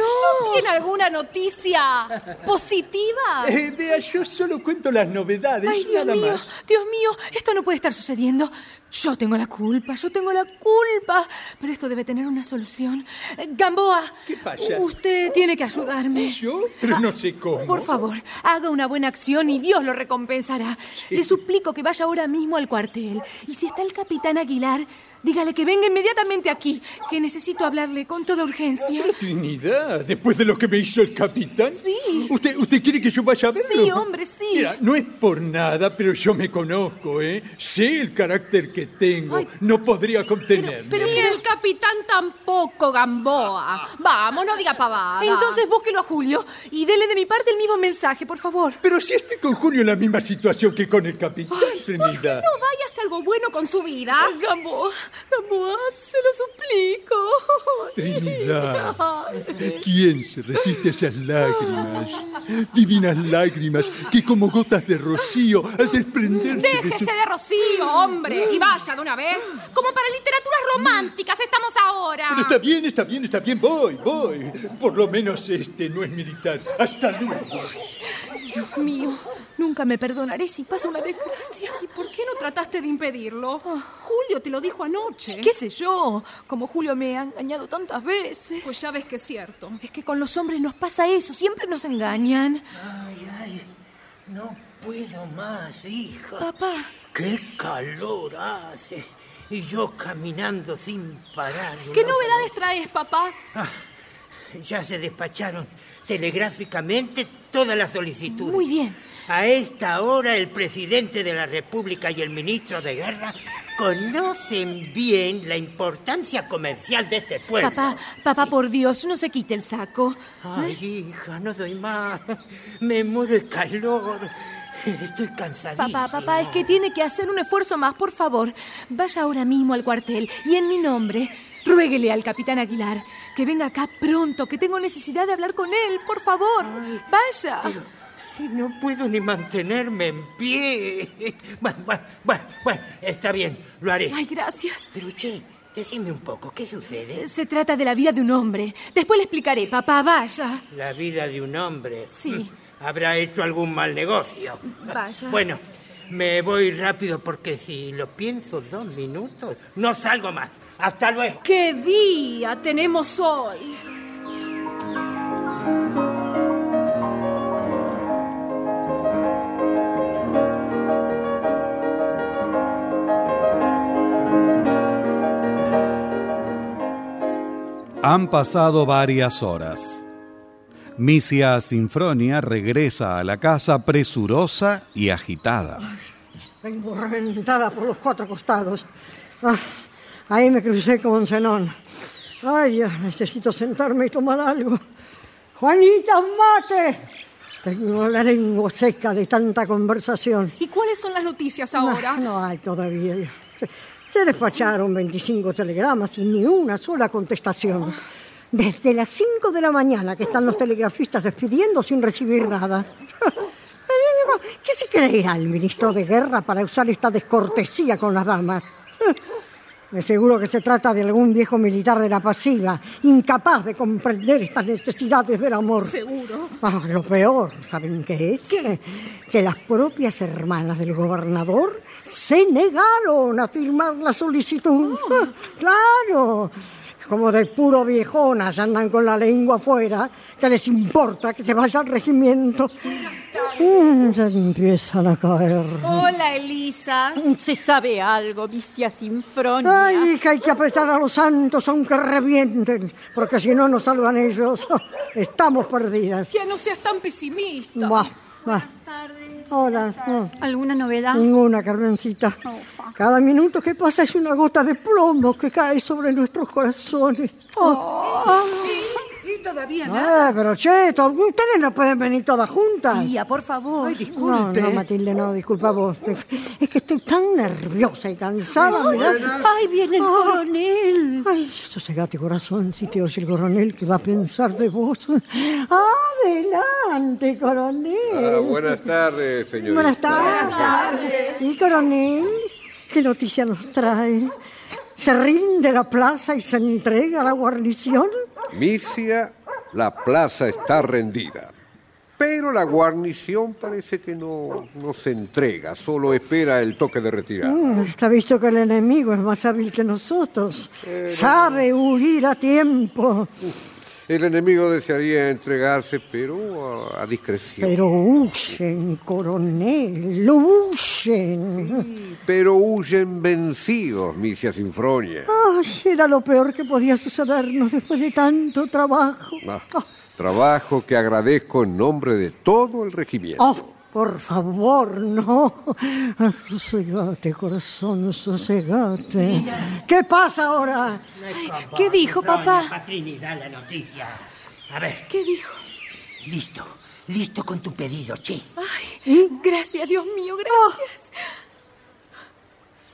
[SPEAKER 7] ¿Tiene alguna noticia positiva?
[SPEAKER 1] Eh, vea, yo solo cuento las novedades,
[SPEAKER 8] Ay, Dios
[SPEAKER 1] nada
[SPEAKER 8] mío,
[SPEAKER 1] más.
[SPEAKER 8] Dios mío, esto no puede estar sucediendo. Yo tengo la culpa, yo tengo la culpa. Pero esto debe tener una solución. Eh, Gamboa,
[SPEAKER 1] ¿Qué pasa?
[SPEAKER 8] usted tiene que ayudarme. Ah,
[SPEAKER 1] ¿Yo? Pero no sé cómo.
[SPEAKER 8] Por favor, haga una buena acción y Dios lo recompensará. Le suplico que vaya ahora mismo al cuartel. Y si está el capitán Aguilar, dígale que venga inmediatamente aquí, que necesito hablarle con toda urgencia.
[SPEAKER 1] Pero, Trinidad, después de lo que me hizo el capitán.
[SPEAKER 8] Sí.
[SPEAKER 1] ¿Usted, usted quiere que yo vaya a verlo?
[SPEAKER 8] Sí, hombre, sí.
[SPEAKER 1] Mira, no es por nada, pero yo me conozco, ¿eh? Sé el carácter que tengo. no podría contenerme.
[SPEAKER 7] Pero ni el capitán tampoco, Gamboa. Vamos, no diga pavada.
[SPEAKER 8] Ah, Entonces búsquelo a Julio y dele de mi parte el mismo mensaje, por favor.
[SPEAKER 1] Pero si estoy con Julio en la misma situación que con el capitán, Trinidad.
[SPEAKER 7] No vaya a hacer algo bueno con su vida.
[SPEAKER 8] Gamboa, Gamboa, se lo suplico.
[SPEAKER 1] Trinidad. ¿Quién se resiste a esas lágrimas? Divinas lágrimas que como gotas de rocío al desprenderse de su...
[SPEAKER 7] Déjese de rocío, hombre, y vaya de una vez. Como para literaturas románticas estamos ahora.
[SPEAKER 1] Pero está bien, está bien, está bien, voy, voy. Por lo menos este no es militar. Hasta luego.
[SPEAKER 8] Dios mío, nunca me perdonaré si pasa una desgracia. Ah.
[SPEAKER 7] ¿Y por qué no trataste de impedirlo? Julio te lo dijo anoche.
[SPEAKER 8] ¿Qué sé yo? Como Julio me ha engañado tantas veces.
[SPEAKER 7] Pues ya ves que es cierto.
[SPEAKER 8] Es que con los hombres nos pasa eso, siempre nos engañan.
[SPEAKER 4] Ay, ay, no puedo más, hija.
[SPEAKER 8] Papá,
[SPEAKER 4] ¡Qué calor hace! Y yo caminando sin parar.
[SPEAKER 7] ¿Qué
[SPEAKER 4] una
[SPEAKER 7] novedades traes, papá?
[SPEAKER 4] Ya se despacharon telegráficamente todas las solicitudes.
[SPEAKER 8] muy bien.
[SPEAKER 4] A esta hora el presidente de la República y el ministro de Guerra conocen bien la importancia comercial de este pueblo.
[SPEAKER 8] Papá, papá, por Dios, no se quite el saco. ¿Eh?
[SPEAKER 4] Ay, hija, no doy más. Me muero de calor. Estoy cansadísima.
[SPEAKER 8] Papá, papá, es que tiene que hacer un esfuerzo más, por favor. Vaya ahora mismo al cuartel y en mi nombre, ruéguele al capitán Aguilar que venga acá pronto, que tengo necesidad de hablar con él, por favor. Vaya.
[SPEAKER 4] Pero si no puedo ni mantenerme en pie. Bueno, bueno, bueno, bueno, está bien, lo haré.
[SPEAKER 8] Ay, gracias. Eh,
[SPEAKER 4] Pero che, decime un poco, ¿qué sucede?
[SPEAKER 8] Se trata de la vida de un hombre. Después le explicaré, papá, vaya.
[SPEAKER 4] La vida de un hombre. mm,
[SPEAKER 8] Sí.
[SPEAKER 4] Habrá hecho algún mal negocio.
[SPEAKER 8] Vaya.
[SPEAKER 4] Bueno, me voy rápido porque si lo pienso dos minutos, no salgo más. Hasta luego.
[SPEAKER 7] ¿Qué día tenemos hoy?
[SPEAKER 3] Han pasado varias horas. Misia Sinfronia regresa a la casa presurosa y agitada.
[SPEAKER 5] Vengo reventada por los cuatro costados. Ah, ahí me crucé con Zenón. Ay, Dios, necesito sentarme y tomar algo. Juanita, mate. Tengo la lengua seca de tanta conversación.
[SPEAKER 7] ¿Y cuáles son las noticias
[SPEAKER 5] No,
[SPEAKER 7] ahora?
[SPEAKER 5] No, hay todavía. Se, se despacharon 25 telegramas y ni una sola contestación. Desde las 5 de la mañana que están los telegrafistas despidiendo sin recibir nada. ¿Qué se creerá el ministro de Guerra para usar esta descortesía con las damas? De seguro que se trata de algún viejo militar de la pasiva, incapaz de comprender estas necesidades del amor.
[SPEAKER 7] Seguro.
[SPEAKER 5] Ah, lo peor, ¿saben qué es? Que las propias hermanas del gobernador se negaron a firmar la solicitud. Ah, Claro. Como de puro viejonas andan con la lengua afuera, que les importa que se vaya al regimiento. Mm, ya empiezan a caer.
[SPEAKER 14] Hola, Elisa. ¿Se sabe algo, misia Sinfronia?
[SPEAKER 5] Ay, hija, hay que apretar a los santos aunque revienten, porque si no nos salvan ellos. Estamos perdidas.
[SPEAKER 7] Tía, no seas tan pesimista.
[SPEAKER 5] Buah, buah. Hola.
[SPEAKER 12] ¿Alguna novedad?
[SPEAKER 5] Ninguna, Carmencita. Cada minuto que pasa es una gota de plomo que cae sobre nuestros corazones. Oh.
[SPEAKER 11] Y todavía
[SPEAKER 5] Ah, pero che, to- ustedes no pueden venir todas juntas.
[SPEAKER 8] Tía, por favor. Ay,
[SPEAKER 5] No, no, Matilde, no, disculpa vos. Es que estoy tan nerviosa y cansada.
[SPEAKER 14] Ay,
[SPEAKER 5] mirá.
[SPEAKER 14] ay, viene el coronel.
[SPEAKER 5] Sosegate, corazón, si te oye el coronel, ¿qué va a pensar de vos? Adelante, coronel.
[SPEAKER 15] Ah, buenas tardes, señorita.
[SPEAKER 5] Buenas tardes. ¿Y coronel? ¿Qué noticia nos trae? ¿Se rinde la plaza y se entrega a la guarnición?
[SPEAKER 15] Misia, la plaza está rendida. Pero la guarnición parece Este que no, no se entrega, solo espera el toque de retirada.
[SPEAKER 5] Mm, está visto que el enemigo es más hábil que nosotros. Sabe huir a tiempo.
[SPEAKER 15] El enemigo desearía entregarse, pero a, a discreción.
[SPEAKER 5] Pero huyen, coronel, huyen.
[SPEAKER 15] Pero huyen vencidos, Misia Sinfronia.
[SPEAKER 5] Ay, era lo peor que podía sucedernos después de tanto trabajo.
[SPEAKER 15] Ah, trabajo que agradezco en nombre de todo el regimiento.
[SPEAKER 5] Oh, por favor, no. Sosegate, corazón, sosegate. ¿Qué pasa ahora?
[SPEAKER 8] ¿Qué dijo, papá?
[SPEAKER 4] Patrini, da la noticia.
[SPEAKER 8] A ver. ¿Qué dijo?
[SPEAKER 4] Listo, listo con tu pedido, che.
[SPEAKER 8] Gracias, Dios mío, gracias.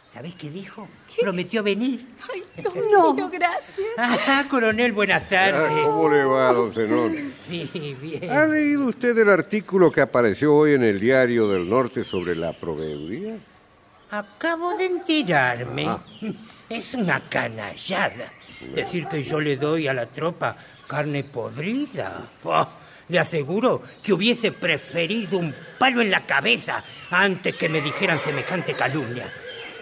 [SPEAKER 4] ¿Sabés qué dijo? Prometió venir.
[SPEAKER 8] Ay, Dios mío, gracias.
[SPEAKER 4] Ajá, coronel, buenas tardes.
[SPEAKER 15] Ah, ¿Cómo le va, don Zenón?
[SPEAKER 4] Sí, bien.
[SPEAKER 15] ¿Ha leído usted el artículo que apareció hoy en el Diario del Norte sobre la proveeduría?
[SPEAKER 4] Acabo de enterarme.
[SPEAKER 15] Ah.
[SPEAKER 4] Es una canallada. Decir que yo le doy a la tropa carne podrida. Oh, le aseguro que hubiese preferido un palo en la cabeza antes que me dijeran semejante calumnia.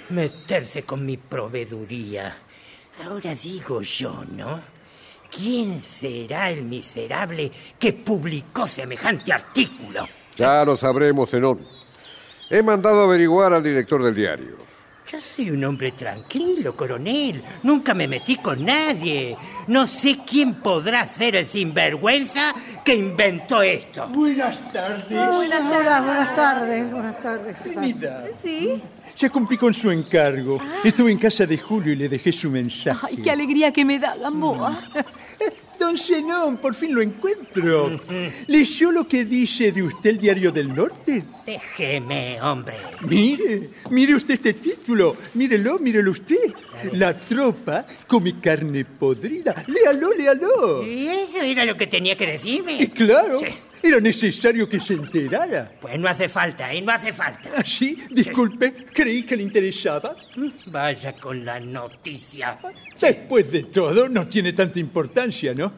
[SPEAKER 4] Meterse con mi proveeduría. Ahora digo yo, ¿no? ¿Quién será el miserable que publicó semejante artículo?
[SPEAKER 15] Ya lo sabremos, Zenón. He mandado averiguar al director del diario.
[SPEAKER 4] Yo soy un hombre tranquilo, coronel. Nunca me metí con nadie. No sé quién podrá ser el sinvergüenza que inventó esto.
[SPEAKER 13] Buenas tardes.
[SPEAKER 5] Hola, buenas tardes, buenas tardes. ¿qué tal?
[SPEAKER 8] Sí.
[SPEAKER 13] Ya cumplí con su encargo. Estuve en casa de Julio y le dejé su mensaje.
[SPEAKER 8] Ah. Ay, qué alegría que me da, Gamboa.
[SPEAKER 13] Don Zenón, por fin lo encuentro. ¿Leyó lo que dice de usted el Diario del Norte?
[SPEAKER 4] Déjeme, hombre.
[SPEAKER 13] Mire, mire usted este título. Mírelo, mírelo usted. La tropa come carne podrida. Léalo, léalo.
[SPEAKER 4] ¿Y eso era lo que tenía que decirme?
[SPEAKER 13] Claro, era necesario que se enterara.
[SPEAKER 4] Pues no hace falta, ¿eh? No hace falta.
[SPEAKER 13] ¿Ah, sí? Disculpe, creí que le interesaba.
[SPEAKER 4] Vaya con la noticia.
[SPEAKER 13] Después de todo, no tiene tanta importancia, ¿no?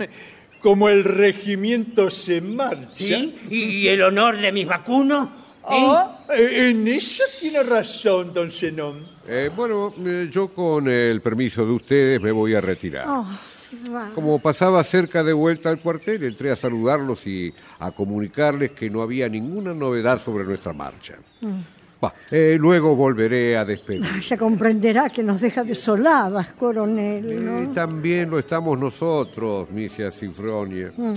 [SPEAKER 13] Como el regimiento se marcha.
[SPEAKER 4] ¿Sí? ¿Y el honor de mis vacunos?
[SPEAKER 13] Ah, eh, en eso tiene razón, don Zenón.
[SPEAKER 15] Eh, bueno, eh, yo con el permiso de ustedes me voy a retirar.
[SPEAKER 5] Oh, qué va.
[SPEAKER 15] Como pasaba cerca de vuelta al cuartel, entré a saludarlos y a comunicarles que no había ninguna novedad sobre nuestra marcha.
[SPEAKER 5] Mm.
[SPEAKER 15] Va, eh, luego volveré a despedir.
[SPEAKER 5] Ya comprenderá que nos deja desoladas, coronel. ¿no?
[SPEAKER 15] Eh, también lo estamos nosotros, Misia Sinfronia.
[SPEAKER 5] Mm.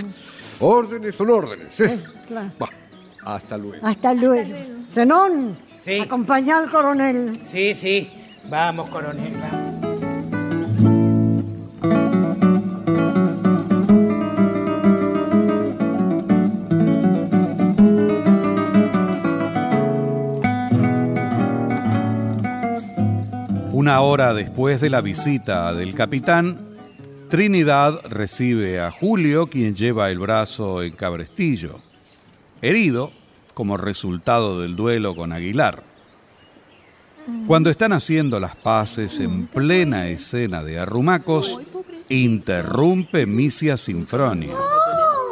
[SPEAKER 15] Órdenes son órdenes. ¿eh?
[SPEAKER 5] Claro.
[SPEAKER 15] Va, hasta luego.
[SPEAKER 5] Hasta luego. Zenón, acompañá al coronel.
[SPEAKER 4] Sí, sí. Vamos, coronel. vamos.
[SPEAKER 3] Una hora después de la visita del capitán, Trinidad recibe a Julio, quien lleva el brazo en cabrestillo, herido como resultado del duelo con Aguilar. Cuando están haciendo las paces en plena escena de arrumacos, interrumpe Misia Sinfronio.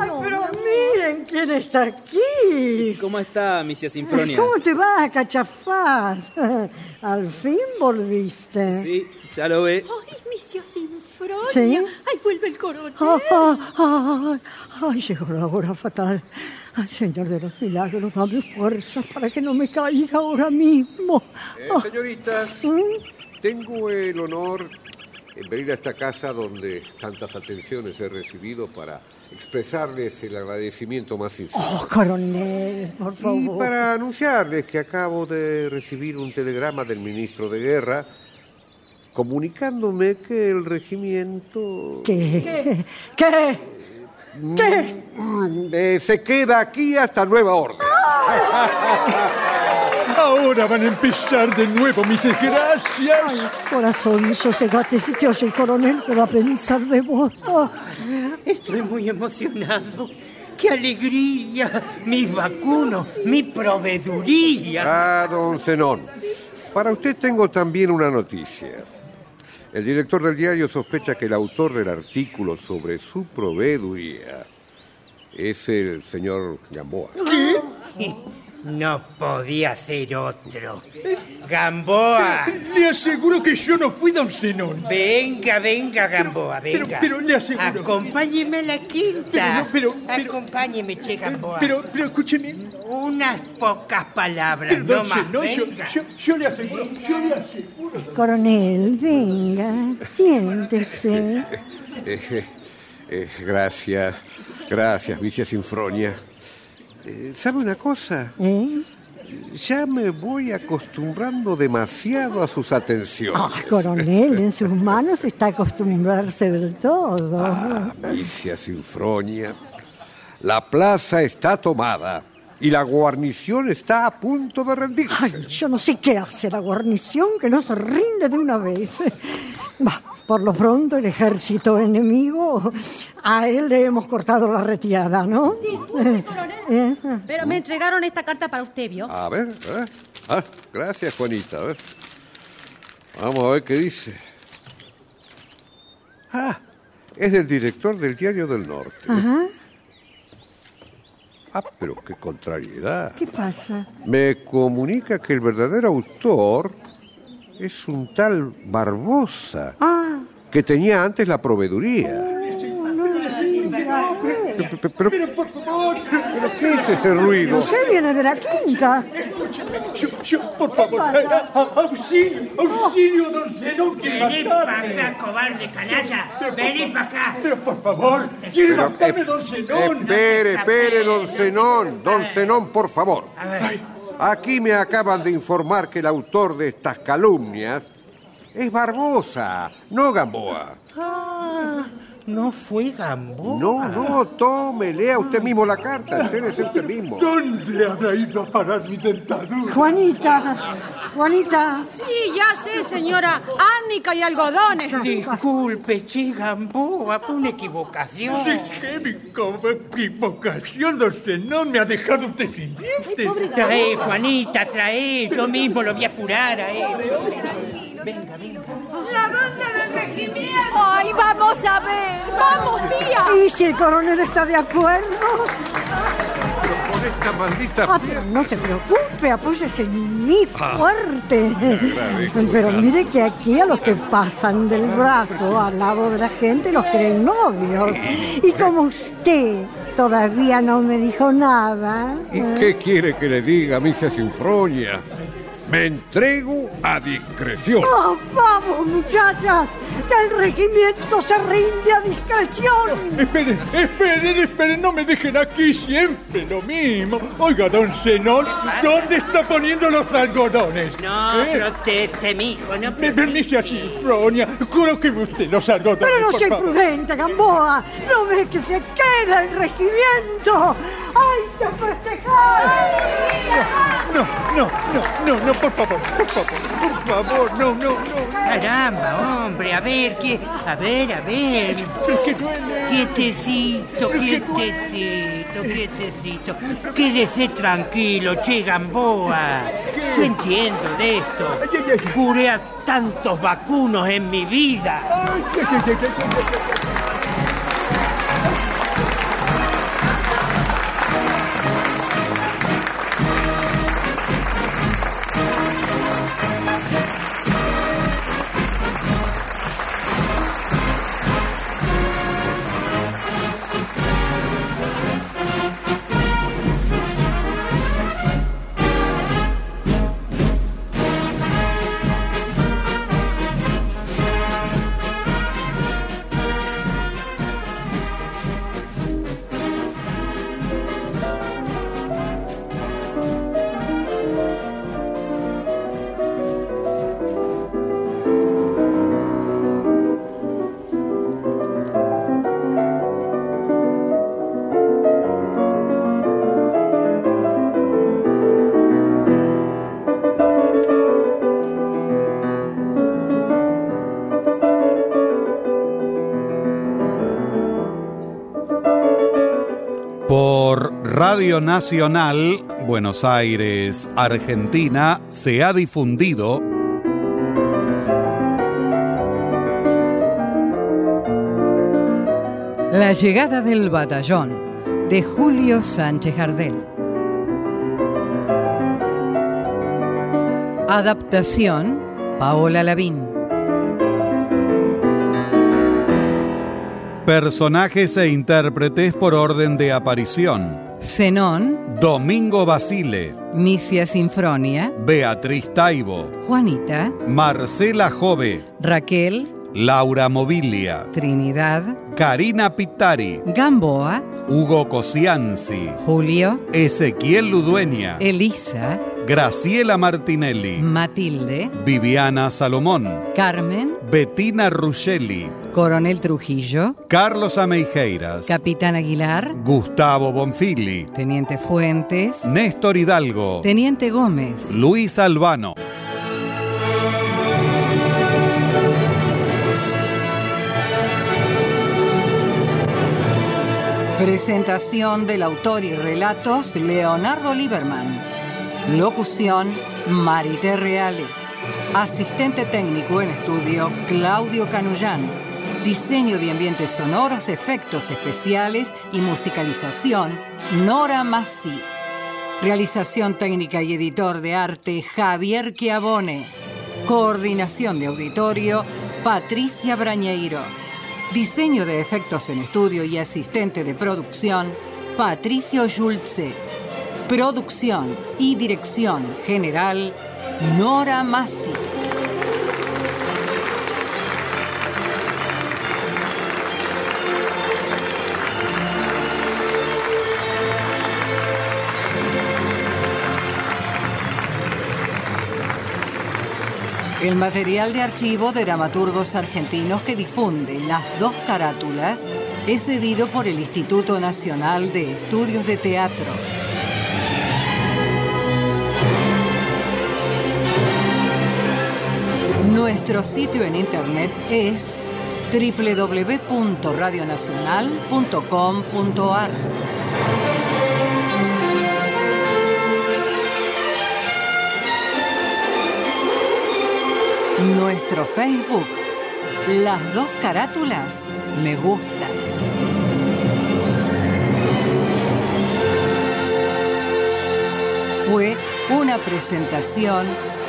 [SPEAKER 5] ¡Ay, pero miren quién está aquí!
[SPEAKER 10] ¿Cómo está, misia Sinfronia?
[SPEAKER 5] ¿Cómo te vas, cachafaz? Al fin volviste.
[SPEAKER 10] Sí, ya lo ve.
[SPEAKER 14] ¡Ay, misia Sinfronia!
[SPEAKER 5] ¿Sí?
[SPEAKER 14] ¡Ay, vuelve el coronel!
[SPEAKER 5] Ah, ah, ah, ay, llegó la hora fatal. Ay, Señor de los milagros, dame fuerzas para que no me caiga ahora mismo. ¿Mm?
[SPEAKER 15] Eh, señoritas, tengo el honor en venir a esta casa donde tantas atenciones he recibido para expresarles el agradecimiento más sincero.
[SPEAKER 5] Oh, coronel, por
[SPEAKER 15] Y
[SPEAKER 5] favor.
[SPEAKER 15] para anunciarles que acabo de recibir un telegrama del ministro de Guerra comunicándome que el regimiento...
[SPEAKER 5] ¿Qué? ¿Qué? ¿Qué?
[SPEAKER 15] Mm, eh, se queda aquí hasta nueva orden.
[SPEAKER 13] Ahora van a empezar de nuevo mis desgracias.
[SPEAKER 5] Corazón, sosegate, yo soy coronel, ¿qué va a pensar de vos? Ah,
[SPEAKER 4] Estoy muy emocionado. ¡Qué alegría! Mis vacunos, mi proveeduría.
[SPEAKER 15] Ah, don Zenón. Para usted tengo también una noticia. El director del diario sospecha que el autor del artículo sobre su proveeduría es el señor Gamboa.
[SPEAKER 4] No podía ser otro. Gamboa.
[SPEAKER 13] Le aseguro que yo no fui don Zenón.
[SPEAKER 4] Venga, venga, Gamboa,
[SPEAKER 13] pero-
[SPEAKER 4] venga.
[SPEAKER 13] pero le aseguro-
[SPEAKER 4] Acompáñeme a la quinta.
[SPEAKER 13] Pero
[SPEAKER 4] Acompáñeme, che, Gamboa.
[SPEAKER 13] Pero, pero escúcheme.
[SPEAKER 4] Unas pocas palabras,
[SPEAKER 13] Pero,
[SPEAKER 4] no
[SPEAKER 13] don
[SPEAKER 4] más. ¿eh?
[SPEAKER 13] Zenón, yo,
[SPEAKER 4] venga.
[SPEAKER 13] yo- yo le aseguro, yo le aseguro.
[SPEAKER 5] coronel, venga, siéntese.
[SPEAKER 15] Eh, eh, gracias, gracias, Vicia Sinfronia. Eh, ¿Sabe una cosa?
[SPEAKER 5] ¿Eh?
[SPEAKER 15] Ya me voy acostumbrando demasiado a sus atenciones.
[SPEAKER 5] Ah, coronel, en sus manos está acostumbrarse del todo.
[SPEAKER 15] Alicia Sinfronia. La plaza está tomada y la guarnición está a punto de rendirse.
[SPEAKER 5] Yo no sé qué hace la guarnición que no se rinde de una vez. Bah, por lo pronto el ejército enemigo, a él le hemos cortado la retirada, ¿no? Eh, eh.
[SPEAKER 9] Pero me entregaron esta carta para usted, ¿vio?
[SPEAKER 15] A ver, a ver. Ah, gracias, Juanita. A ver. Vamos a ver qué dice. Ah, es del director del Diario del Norte.
[SPEAKER 5] Ajá,
[SPEAKER 15] Ah, pero qué contrariedad.
[SPEAKER 5] ¿qué pasa?
[SPEAKER 15] Me comunica que el verdadero autor es un tal Barbosa,
[SPEAKER 5] Ah,
[SPEAKER 15] que tenía antes la proveeduría. Pe- pe- Pero,
[SPEAKER 13] Por favor.
[SPEAKER 15] pero ¿qué es ese ruido?
[SPEAKER 5] no sé, viene de la quinta.
[SPEAKER 13] Yo, yo, por favor. a- a- Auxilio, auxilio, don Zenón, que
[SPEAKER 4] Vení para
[SPEAKER 13] matarme.
[SPEAKER 4] acá, cobarde canalla. Vení para acá.
[SPEAKER 13] Pero, por favor, quiere
[SPEAKER 15] Pero,
[SPEAKER 13] matarme
[SPEAKER 15] eh,
[SPEAKER 13] don Zenón.
[SPEAKER 15] Espere, espere, don Zenón. Don Zenón, por favor. Aquí me acaban de informar que el autor de estas calumnias es Barbosa, no Gamboa.
[SPEAKER 4] Ah, no fue Gamboa.
[SPEAKER 15] No, no, tome, lea usted mismo la carta, entérese usted mismo.
[SPEAKER 13] Ah. ¿Dónde habrá ido a parar mi dentadura?
[SPEAKER 5] Juanita, Juanita.
[SPEAKER 9] Sí, ya sé, señora. Árnica y algodones.
[SPEAKER 4] Disculpe, che, Gamboa, fue una equivocación.
[SPEAKER 13] No sé qué mi co- equivocación, don Zenón, me ha dejado usted sin dientes.
[SPEAKER 4] Trae, Juanita, trae. Yo mismo lo voy a curar a él. Venga, venga.
[SPEAKER 14] ¡La banda del regimiento! ¡Ay, vamos a ver! ¡Vamos, tía!
[SPEAKER 5] ¿Y si el coronel está de acuerdo?
[SPEAKER 15] Con esta maldita
[SPEAKER 5] Ah, pero no se preocupe, apóyese en mí
[SPEAKER 15] Ah,
[SPEAKER 5] fuerte. Pero mire que aquí a los que pasan del brazo al lado de la gente los creen novios. Y como usted todavía no me dijo nada, ¿eh?
[SPEAKER 15] ¿Y qué quiere que le diga, misa Sinfronia? Me entrego a discreción.
[SPEAKER 5] ¡Oh, vamos, muchachas! ¡Que el regimiento se rinde a discreción!
[SPEAKER 13] Esperen, esperen, esperen, no me dejen aquí siempre lo mismo. Oiga, don Zenón, ¿dónde está poniendo los algodones?
[SPEAKER 4] No
[SPEAKER 13] ¿Eh?
[SPEAKER 4] proteste, mijo, no
[SPEAKER 13] Me permite así, Bronia. Colóqueme usted los algodones.
[SPEAKER 5] Pero no
[SPEAKER 13] por
[SPEAKER 5] sea
[SPEAKER 13] favor.
[SPEAKER 5] imprudente, Gamboa. No ves que se queda el regimiento. ¡Hay que festejar!
[SPEAKER 13] No, no, no, no, no, por favor, por favor, por favor, no, no, no.
[SPEAKER 4] Caramba, hombre, a ver, ¿qué? A ver, a ver. Quietecito, quietecito, quietecito. Quédese tranquilo, che, Gamboa. Yo entiendo de esto. Curé a tantos vacunos en mi vida.
[SPEAKER 3] Por Radio Nacional, Buenos Aires, Argentina, se ha difundido
[SPEAKER 2] La llegada del batallón de Julio Sánchez Jardel. Adaptación Paola Lavín.
[SPEAKER 3] personajes e intérpretes por orden de aparición.
[SPEAKER 2] Zenón,
[SPEAKER 3] Domingo Basile,
[SPEAKER 2] Misia Sinfronia,
[SPEAKER 3] Beatriz Taibo,
[SPEAKER 2] Juanita,
[SPEAKER 3] Marcela Jove,
[SPEAKER 2] Raquel,
[SPEAKER 3] Laura Mobilia,
[SPEAKER 2] Trinidad,
[SPEAKER 3] Karina Pitari,
[SPEAKER 2] Gamboa,
[SPEAKER 3] Hugo Cosianzi,
[SPEAKER 2] Julio, Eh.
[SPEAKER 3] Ezequiel Ludueña,
[SPEAKER 2] Elisa,
[SPEAKER 3] Graciela Martinelli,
[SPEAKER 2] Matilde,
[SPEAKER 3] Viviana Salomón,
[SPEAKER 2] Carmen,
[SPEAKER 3] Bettina Ruggeli,
[SPEAKER 2] Coronel Trujillo,
[SPEAKER 3] Carlos Ameijeiras,
[SPEAKER 2] Capitán Aguilar,
[SPEAKER 3] Gustavo Bonfili,
[SPEAKER 2] Teniente Fuentes,
[SPEAKER 3] Néstor Hidalgo,
[SPEAKER 2] Teniente Gómez,
[SPEAKER 3] Luis Albano.
[SPEAKER 2] Presentación del autor y relatos Leonardo Lieberman. Locución Marité Reale. Asistente técnico en estudio Claudio Canullán. Diseño de ambientes sonoros, efectos especiales y musicalización Nora Massi. Realización técnica y editor de arte Javier Chiavone. Coordinación de auditorio Patricia Brañeiro. Diseño de efectos en estudio y asistente de producción Patricio Schulze. Producción y dirección general Nora Massi. El material de archivo de dramaturgos argentinos que difunde las dos carátulas es cedido por el Instituto Nacional de Estudios de Teatro. Nuestro sitio en internet es www.radionacional.com.ar. Nuestro Facebook, las dos carátulas, me gusta. Fue una presentación